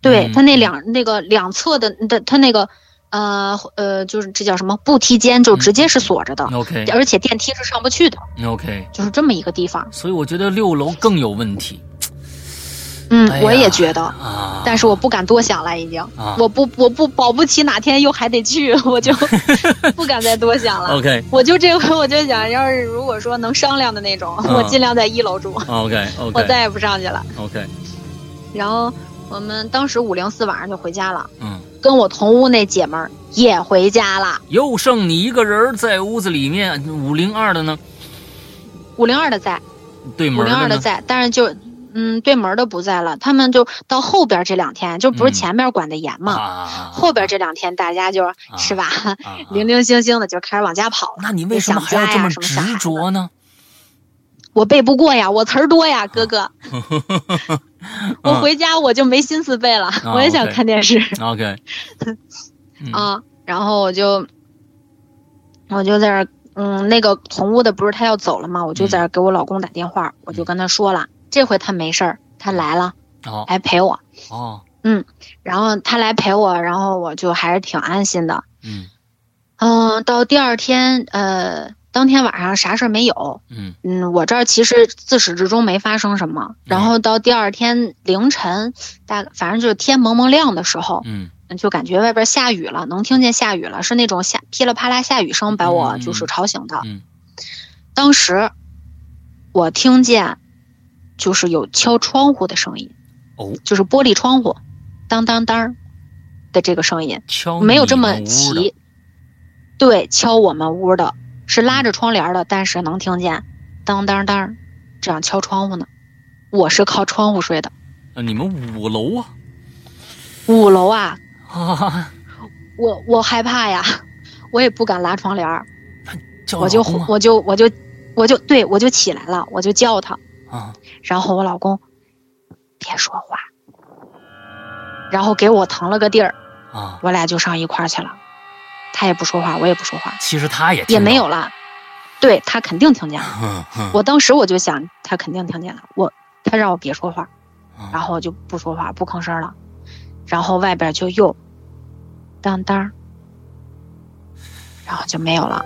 B: 对
A: 嗯
B: 他那两那个两侧的的他那个呃呃就是这叫什么步梯间就直接
A: 嗯
B: 是锁着的，
A: OK
B: 而且电梯是上不去的，
A: OK，
B: 就是这么一个地方。
A: 所以我觉得六楼更有问题。
B: 嗯，
A: 哎呀
B: 我也觉得，
A: 啊，
B: 但是我不敢多想了，已经。
A: 啊
B: 我不，我不保不齐哪天又还得去，
A: <laughs>
B: 我就不敢再多想了。
A: OK
B: 我就这回 <laughs> 我就想，要是如果说能商量的那种，
A: 嗯
B: 我尽量在一楼住，
A: OK
B: 我
A: OK
B: 再也不上去了。
A: OK，
B: 然后我们当时五零四晚上就回家了，
A: 嗯，
B: 跟我同屋那姐们儿也回家了。
A: 又剩你一个人在屋子里面，五零二的呢，
B: 五零二的在，
A: 对
B: 五
A: 门
B: 零二的
A: 呢，
B: 在，但是就。嗯，对门儿的不在了，他们就到后边这两天，就不是
A: 嗯
B: 前面管的严嘛，
A: 啊，
B: 后边这两天大家就、是吧，
A: 啊，啊
B: 零零星星的就开始往家跑了。
A: 那你为什么还要这么执着呢？
B: 我背不过呀，我词儿多呀，
A: 啊
B: 哥哥。我
A: 嗯
B: 回家我就没心思背了，我也想
A: 啊 OK
B: 看电视 <laughs>
A: OK，嗯
B: 啊。然后我就，我就在这儿，嗯，那个同屋的不是他要走了吗？我就在这儿给我老公打电话，我就跟他说了，这回他没事儿，他来了，
A: 哦
B: 来陪我。
A: 哦，
B: 然后他来陪我，然后我就还是挺安心的。
A: 嗯
B: 嗯，到第二天，呃，当天晚上啥事儿没有，
A: 嗯
B: 嗯，我这儿其实自始至终没发生什么。然后到第二天凌晨，大反正就是天蒙蒙亮的时候，
A: 嗯，
B: 就感觉外边下雨了，能听见下雨了，是那种下噼里啪啦下雨声把我
A: 嗯嗯
B: 就是吵醒的。
A: 嗯
B: 当时我听见就是有敲窗户的声音，
A: 哦，
B: 就是玻璃窗户，当当当的这个声音，
A: 敲
B: 没有这么
A: 哦你们屋的
B: 齐。对，敲我们屋的是拉着窗帘的，但是能听见当当当这样敲窗户呢。我是靠窗户睡的，
A: 呃你们五楼啊
B: 五楼啊，
A: 啊，
B: 我我害怕呀，我也不敢拉窗帘儿，
A: 叫
B: 我就
A: 老公啊
B: 我就我就我就对我就起来了，我就叫他，
A: 啊
B: 然后我老公别说话，然后给我腾了个地儿，
A: 啊，
B: 我俩就上一块儿去了，他也不说话，我也不说话，
A: 其实他也听
B: 也
A: 到
B: 没，有了，对他肯定听见了。
A: 哼哼
B: 我当时我就想，他肯定听见了，我他让我别说话，
A: 啊
B: 然后我就不说话，不吭声了，然后外边就又当当儿，然后就没有了，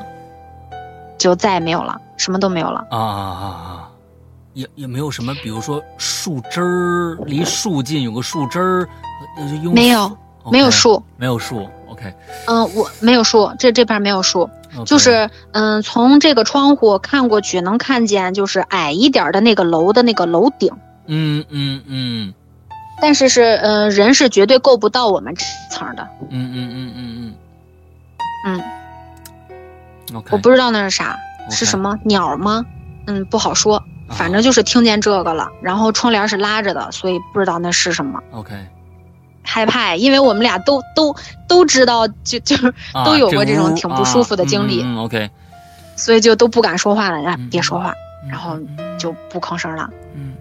B: 就再也没有了，什么都没有了。
A: 啊啊啊！也也没有什么，比如说树枝儿，离树近有个树枝儿，呃用
B: 没有
A: OK，
B: 没有树，
A: 没有树，OK，
B: 嗯，我没有树，这这边没有树，就是嗯，从这个窗户看过去，能看见就是矮一点儿的那个楼的那个楼顶，
A: 嗯嗯嗯
B: 但是是嗯、呃人是绝对够不到我们这层儿的，
A: 嗯嗯嗯嗯嗯
B: 嗯
A: 嗯，OK，
B: 我不知道那是啥。是什
A: 么？
B: 么鸟儿吗？嗯，不好
A: 啊
B: 说，反正就是听见这个了。然后窗帘是拉着的，所以不知道那是什么，
A: OK，
B: 害怕，因为我们俩都都都知道，就就是
A: 啊
B: 都有过
A: 这
B: 这种
A: 屋
B: 挺不舒服的
A: 啊
B: 经历
A: 嗯嗯嗯，OK，
B: 所以就都不敢说话了，啊
A: 嗯，
B: 别说话，
A: 嗯
B: 然后就不吭声了。
A: 嗯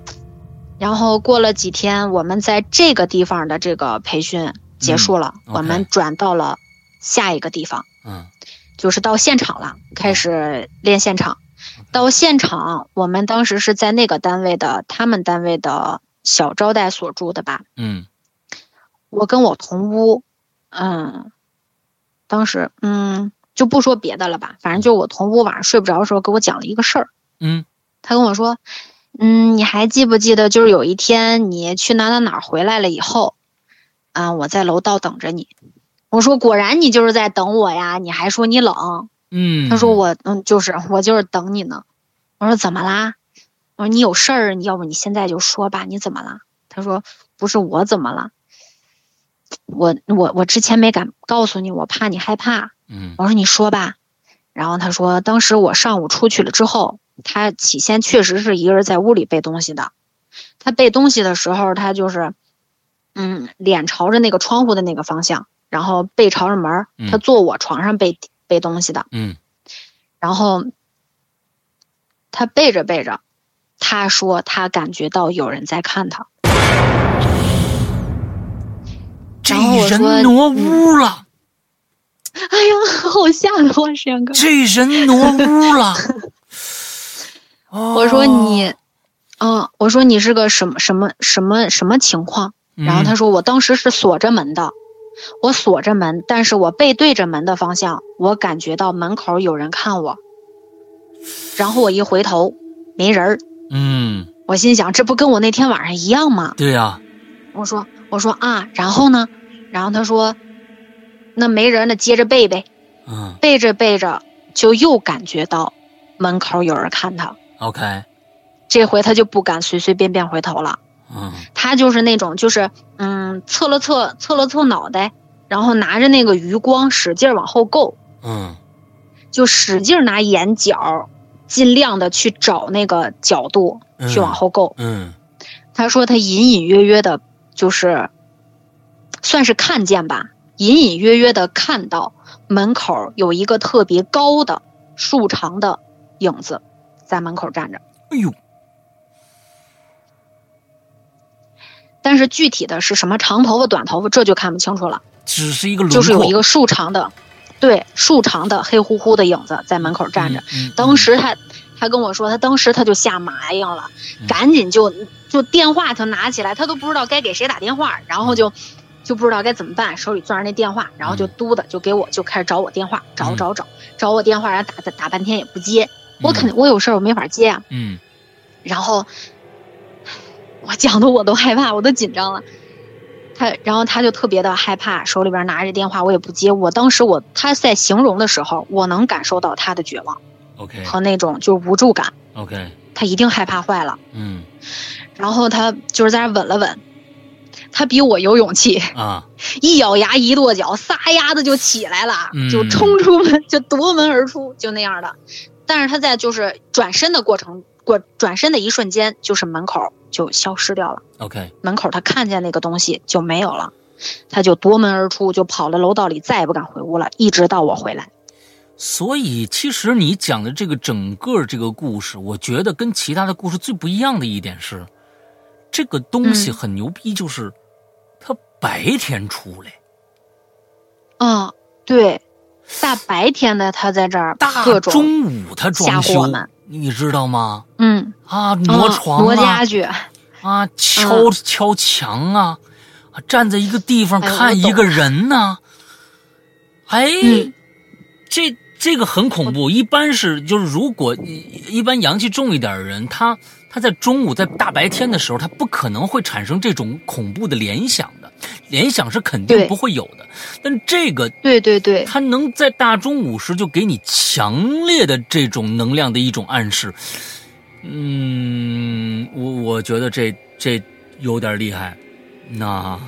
B: 然后过了几天，我们在这个地方的这个培训结束了，
A: 嗯，OK
B: 我们转到了下一个地方，
A: 嗯
B: 就是到现场了，开始练现场。到现场，我们当时是在那个单位的，他们单位的小招待所住的吧。
A: 嗯
B: 我跟我同屋，嗯，当时嗯就不说别的了吧，反正就我同屋晚上睡不着的时候给我讲了一个事儿。
A: 嗯
B: 他跟我说，嗯，你还记不记得，就是有一天你去哪哪哪儿回来了以后，啊，我在楼道等着你。我说果然你就是在等我呀，你还说你冷，
A: 嗯，
B: 他说我嗯，就是我就是等你呢。我说怎么啦？我说你有事儿，你要不你现在就说吧，你怎么啦？他说不是我怎么了，我我我之前没敢告诉你，我怕你害怕。
A: 嗯
B: 我说你说吧。然后他说当时我上午出去了之后，他起先确实是一个人在屋里背东西的。他背东西的时候，他就是嗯脸朝着那个窗户的那个方向，然后背朝着门儿
A: 嗯。
B: 他坐我床上背背东西的。
A: 嗯
B: 然后他背着背着，他说他感觉到有人在看他。 <laughs>
A: 这
B: 然后我
A: 人
B: 说
A: 挪屋了，
B: 哎呀，好吓人啊，石阳哥！
A: 这人挪屋了。
B: <laughs>
A: 哦
B: 我
A: 我
B: 说你，嗯，我说你是个什么什么什么什么情况？然
A: 嗯
B: 后他说我当时是锁着门的，我锁着门，但是我背对着门的方向，我感觉到门口有人看我，然后我一回头没人儿，
A: 嗯
B: 我心想，这不跟我那天晚上一样吗？
A: 对呀、
B: 我说我说啊，然后呢？然后他说，那没人了，接着背呗。
A: 嗯
B: 背着背着，就又感觉到门口有人看他。
A: ，OK，
B: 这回他就不敢随随便便回头了。
A: 嗯
B: 他就是那种，就是嗯，侧了侧，侧了侧脑袋，然后拿着那个余光使劲儿往后够，
A: 嗯
B: 就使劲儿拿眼角，尽量的去找那个角度
A: 嗯，
B: 去往后够。
A: 嗯
B: 他说他隐隐约约的，就是算是看见吧，隐隐约约的看到门口有一个特别高的竖长的影子在门口站着，
A: 哎呦，
B: 但是具体的是什么长头发、短头发，这就看不清楚了。
A: 只是一个轮廓，
B: 就是有一个竖长的，对，竖长的黑乎乎的影子在门口站着。
A: 嗯，嗯
B: 当时他，他跟我说，他当时他就吓麻样了，
A: 嗯
B: 赶紧就就电话他拿起来，他都不知道该给谁打电话，然后就就不知道该怎么办，手里攥着那电话，然后就
A: 嗯
B: 嘟的就给我就开始找我电话，找
A: 嗯
B: 找找找我电话，然后打打打半天也不接，我
A: 嗯
B: 肯定我有事儿我没法接啊，
A: 嗯
B: 然后我讲的我都害怕，我都紧张了。他，然后他就特别的害怕，手里边拿着电话，我也不接。我当时我他在形容的时候，我能感受到他的绝望
A: ，OK
B: 和那种就无助感，
A: OK，
B: 他一定害怕坏了。
A: 嗯
B: 然后他就是在那吻了吻，他比我有勇气， <laughs>
A: 啊，
B: 一咬牙一跺脚，撒丫子就起来了，
A: 嗯
B: 就冲出门，就夺门而出，就那样的。但是他在就是转身的过程过转身的一瞬间，就是门口就消失掉了，
A: OK，
B: 门口他看见那个东西就没有了，他就夺门而出，就跑到楼道里，再也不敢回屋了，一直到我回来。
A: 所以其实你讲的这个整个这个故事，我觉得跟其他的故事最不一样的一点是，这个东西
B: 嗯
A: 很牛逼，就是它白天出来，
B: 嗯，对，大白天的他在这儿
A: 大
B: 各种
A: 中午它
B: 吓
A: 装
B: 唬我
A: 修
B: 们，
A: 你知道吗？
B: 嗯
A: 啊，
B: 嗯
A: 挪床
B: 挪
A: 啊
B: 家，具，
A: 啊，敲敲墙啊，啊站在一个地方
B: 哎我
A: 看一个人呐，哎，
B: 嗯
A: 这这个很恐怖。一般是就是如果一一般阳气重一点的人，他他在中午在大白天的时候，他不可能会产生这种恐怖的联想的，联想是肯定
B: 对
A: 不会有的。但这个
B: 对对对，
A: 它能在大中午时就给你强烈的这种能量的一种暗示。嗯，我我觉得这这有点厉害。那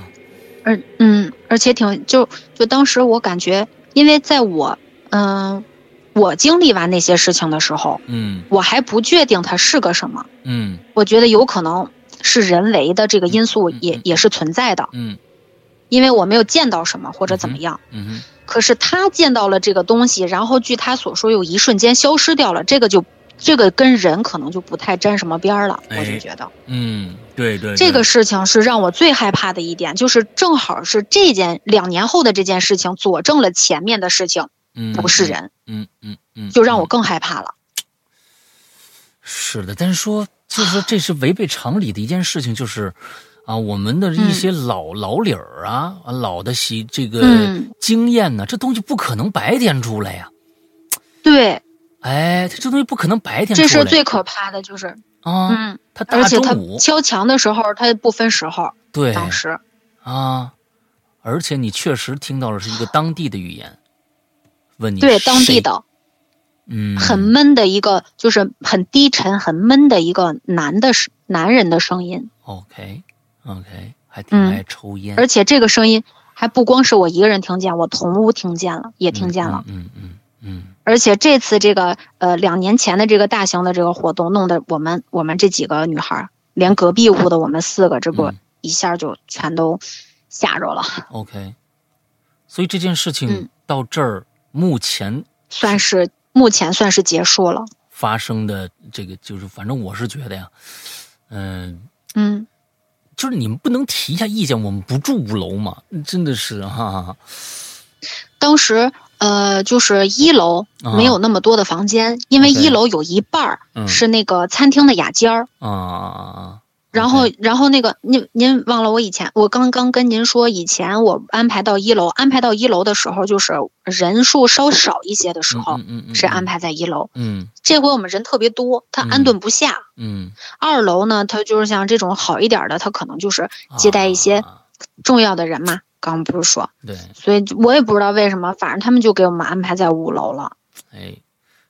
B: 而嗯，而且挺就就当时我感觉，因为在我嗯、我经历完那些事情的时候，
A: 嗯
B: 我还不确定它是个什么，
A: 嗯
B: 我觉得有可能是人为的这个因素
A: 嗯嗯
B: 也、
A: 嗯
B: 也是存在的，
A: 嗯
B: 因为我没有见到什么或者怎么样。
A: 嗯哼
B: 可是他见到了这个东西，然后据他所说，有一瞬间消失掉了，这个就。这个跟人可能就不太沾什么边儿了，我就
A: 哎
B: 觉得
A: 嗯，对对，对
B: 这个事情是让我最害怕的一点，就是正好是这件两年后的这件事情佐证了前面的事情，
A: 嗯
B: 不是，人，
A: 嗯嗯嗯，
B: 就让我更害怕了。
A: 是的，但是说就是说这是违背常理的一件事情，就是啊，我们的一些老、老理儿啊，啊老的习这个
B: 嗯
A: 经验呢、这东西不可能白天出来呀、
B: 对，
A: 哎，它这东西不可能白天出
B: 这
A: 来，
B: 是最可怕的，就是
A: 啊，
B: 嗯，
A: 它大
B: 而且他
A: 中午
B: 敲墙的时候，他不分时候，
A: 对
B: 当时
A: 啊，而且你确实听到了是一个当地的语言，问你
B: 对当地
A: 谁，
B: 的
A: 嗯，
B: 很闷的一个，就是很低沉、很闷的一个男的声男人的声音，
A: OK OK，还挺爱抽烟，
B: 嗯而且这个声音还不光是我一个人听见，我同屋听见了，也听见了。
A: 嗯嗯嗯
B: 而且这次这个呃两年前的这个大型的这个活动，弄得我们我们这几个女孩儿，连隔壁屋的我们四个，这不
A: 嗯
B: 一下就全都吓着了，
A: 嗯，OK，所以这件事情
B: 嗯
A: 到这儿，目前
B: 算是目前算是结束了。
A: 发生的这个就是，反正我是觉得呀，嗯、
B: 嗯，
A: 就是你们不能提一下意见，我们不住五楼嘛，真的是哈哈哈，
B: 当时呃就是一楼
A: 啊
B: 没有那么多的房间，因为
A: OK
B: 一楼有一半儿
A: 嗯
B: 是那个餐厅的雅间儿，
A: 啊啊啊啊，
B: 然后，然后那个您您忘了我以前，我刚刚跟您说，以前我安排到一楼，安排到一楼的时候，就是人数稍少一些的时候，
A: 嗯嗯嗯，
B: 是安
A: 排，
B: 排在一楼。
A: 嗯
B: 这回我们人特别多，他
A: 嗯
B: 安顿不下。
A: 嗯，
B: 二楼呢，他就是像这种好一点的，他可能就是接待一些
A: 啊
B: 重要的人嘛。刚刚不是说，
A: 对，
B: 所以我也不知道为什么，反正他们就给我们安排在五楼了。
A: 哎，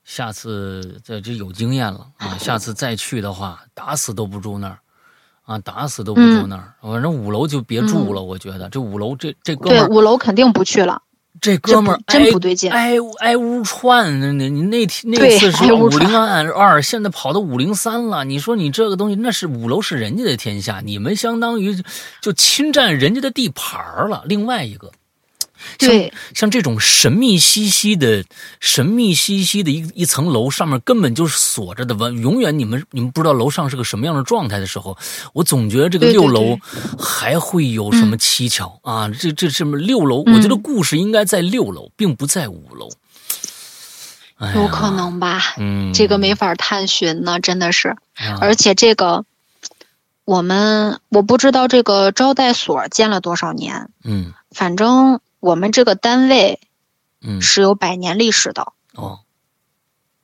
A: 下次这这有经验了啊，下次再去的话，打死都不住那儿。啊，打死都不住那儿，反正五楼就别住了。我觉得这五楼这这哥们
B: 对，
A: 儿，
B: 五楼肯定不去了，
A: 这哥们儿哎
B: 这不真不
A: 挨
B: 对劲
A: 挨挨屋串，那那那天那
B: 对
A: 次是
B: 挨屋
A: 五
B: 串
A: 零二，现在跑到五零三了。你说你这个东西，那是五楼是人家的天下，你们相当于就侵占人家的地盘儿了。另外一个，
B: 对，
A: 像这种神秘兮兮的、神秘兮兮的一一层楼，上面根本就是锁着的，完永远你们你们不知道楼上是个什么样的状态的时候，我总觉得这个
B: 对对
A: 六
B: 对
A: 楼还会有什么蹊跷、啊！这这什么六楼？我觉得
B: 嗯
A: 故事应该在六楼，并不在五楼。哎呀
B: 有可，能吧，
A: 嗯，
B: 这个没法探寻呢，真的是。
A: 啊，
B: 而且这个，我们我不知道这个招待所建了多少年，
A: 嗯
B: 反正我们这个单位
A: 嗯
B: 是有百年历史的，
A: 哦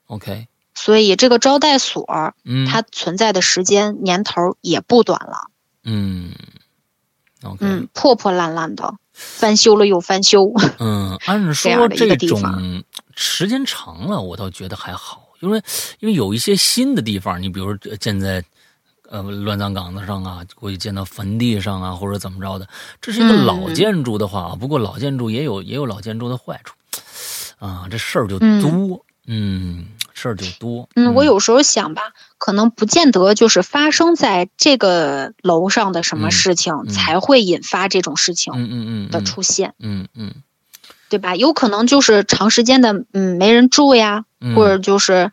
A: ，OK，
B: 所以这个招待所
A: 嗯，
B: 它存在的时间年头也不短了，
A: 嗯，OK，
B: 嗯，破破烂烂的，翻修了又翻修， <laughs>
A: 嗯，按
B: 这样
A: 说
B: 的一个地
A: 种
B: 方
A: 时间长了，我倒觉得还好，因为因为有一些新的地方，你比如说呃建在呃乱葬岗子上啊，或者建到坟地上啊，或者怎么着的，这是一个
B: 嗯
A: 老建筑的话，啊不过老建筑也有也有老建筑的坏处啊，这事儿就
B: 嗯
A: 多，嗯事儿就多，
B: 嗯，我有时候想吧，可能不见得就是发生在这个楼上的什
A: 嗯
B: 么事情、
A: 嗯
B: 才会引发这种事情
A: 嗯嗯嗯
B: 的
A: 嗯
B: 出现，
A: 嗯嗯
B: 对吧？有可能就是长时间的嗯没人住呀，
A: 嗯，
B: 或者就是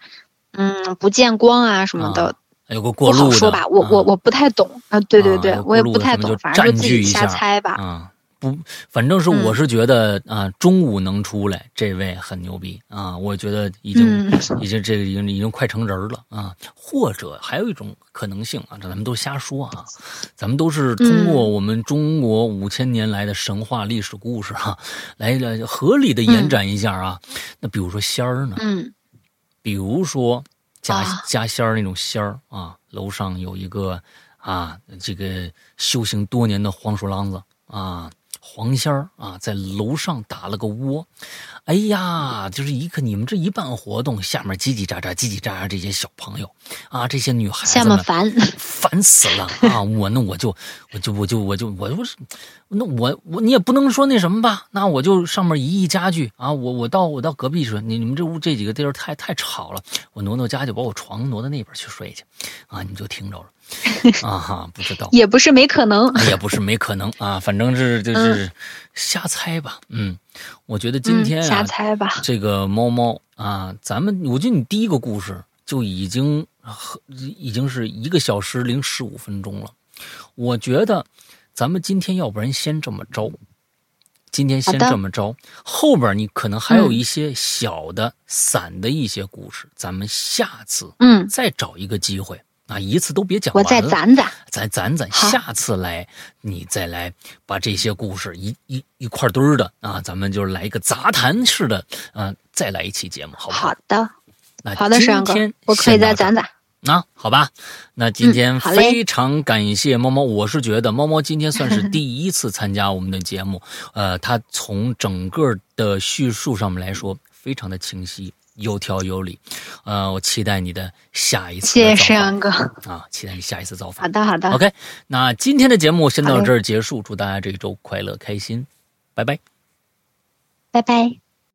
B: 嗯不见光啊什么的，
A: 啊有个
B: 不
A: 过路
B: 好
A: 的，
B: 说吧。我
A: 啊
B: 我我不太懂啊，对对
A: 啊
B: 对，
A: 有
B: 我也
A: 过路
B: 不
A: 的
B: 太
A: 什么
B: 懂
A: 就，
B: 反正就
A: 占
B: 自
A: 据
B: 己
A: 一
B: 瞎
A: 下
B: 猜吧。
A: 啊，不，反正是
B: 嗯
A: 我是觉得、啊，中午能出来这位很牛逼啊，我觉得已经、
B: 嗯 <laughs>
A: 已经这个已经已经快成人儿了啊，或者还有一种可能性啊，这咱们都瞎说啊，咱们都是
B: 嗯
A: 通过我们中国五千年来的神话历史故事啊，来来合理的延展一下啊，那比如说仙儿呢，
B: 嗯
A: 比如说家、
B: 啊
A: 家仙儿那种仙儿啊，楼上有一个啊，这个修行多年的黄鼠狼子啊，黄仙儿啊，在楼上打了个窝。哎呀，就是一个你们这一办活动，下面叽叽喳喳、叽叽喳喳这些小朋友啊，这些女孩子
B: 下面
A: 们。
B: 烦， <laughs>
A: 烦死了啊！我那我就我就我就我就我就是，那我我你也不能说那什么吧？那我就上面移移家具啊！我我到我到隔壁去，你你们这屋这几个地儿太太吵了，我挪挪家具，把我床挪到那边去睡去，啊！你们就听着了啊哈！不知道
B: 也不是没可能。
A: 也不是没可能啊，反正是就是瞎猜吧。嗯，我觉得 <laughs> 今
B: 嗯，
A: 天啊，
B: 瞎猜吧。
A: 这个猫猫啊，咱们我觉得你第一个故事就已经和已经是一个小时零十五分钟了。我觉得咱们今天要不然先这么着，今天先
B: 好的嗯
A: 这么着，后边你可能还有一些小的、散的一些故事，咱们下次
B: 嗯，
A: 再找一个机会啊，一次都别讲
B: 我
A: 完了。
B: 再攒攒。
A: 咱咱咱
B: 好
A: 下次来，你再来把这些故事一一一块堆儿的啊，咱们就是来一个杂谈式的啊、再来一期节目，好不好？
B: 好的，
A: 那
B: 好的，
A: 啊今
B: 沈阳哥
A: 天，
B: 我可以
A: 先到
B: 再
A: 这儿
B: 攒攒。
A: 啊，好吧，那今天
B: 嗯好嘞
A: 非常感谢猫猫，我是觉得猫猫今天算是第一次参加我们的节目， <laughs> 呃，他从整个的叙述上面来说，非常的清晰，有条有理，呃，我期待你的下一次
B: 谢
A: 的
B: 谢
A: 造
B: 沈
A: 访
B: 阳哥。
A: 啊，期待你下一次造访
B: 好。的，好的。
A: OK，那今天的节目先
B: 好
A: 到
B: 嘞
A: 这儿结束，祝大家这一周快乐开心，拜拜。
B: 拜拜。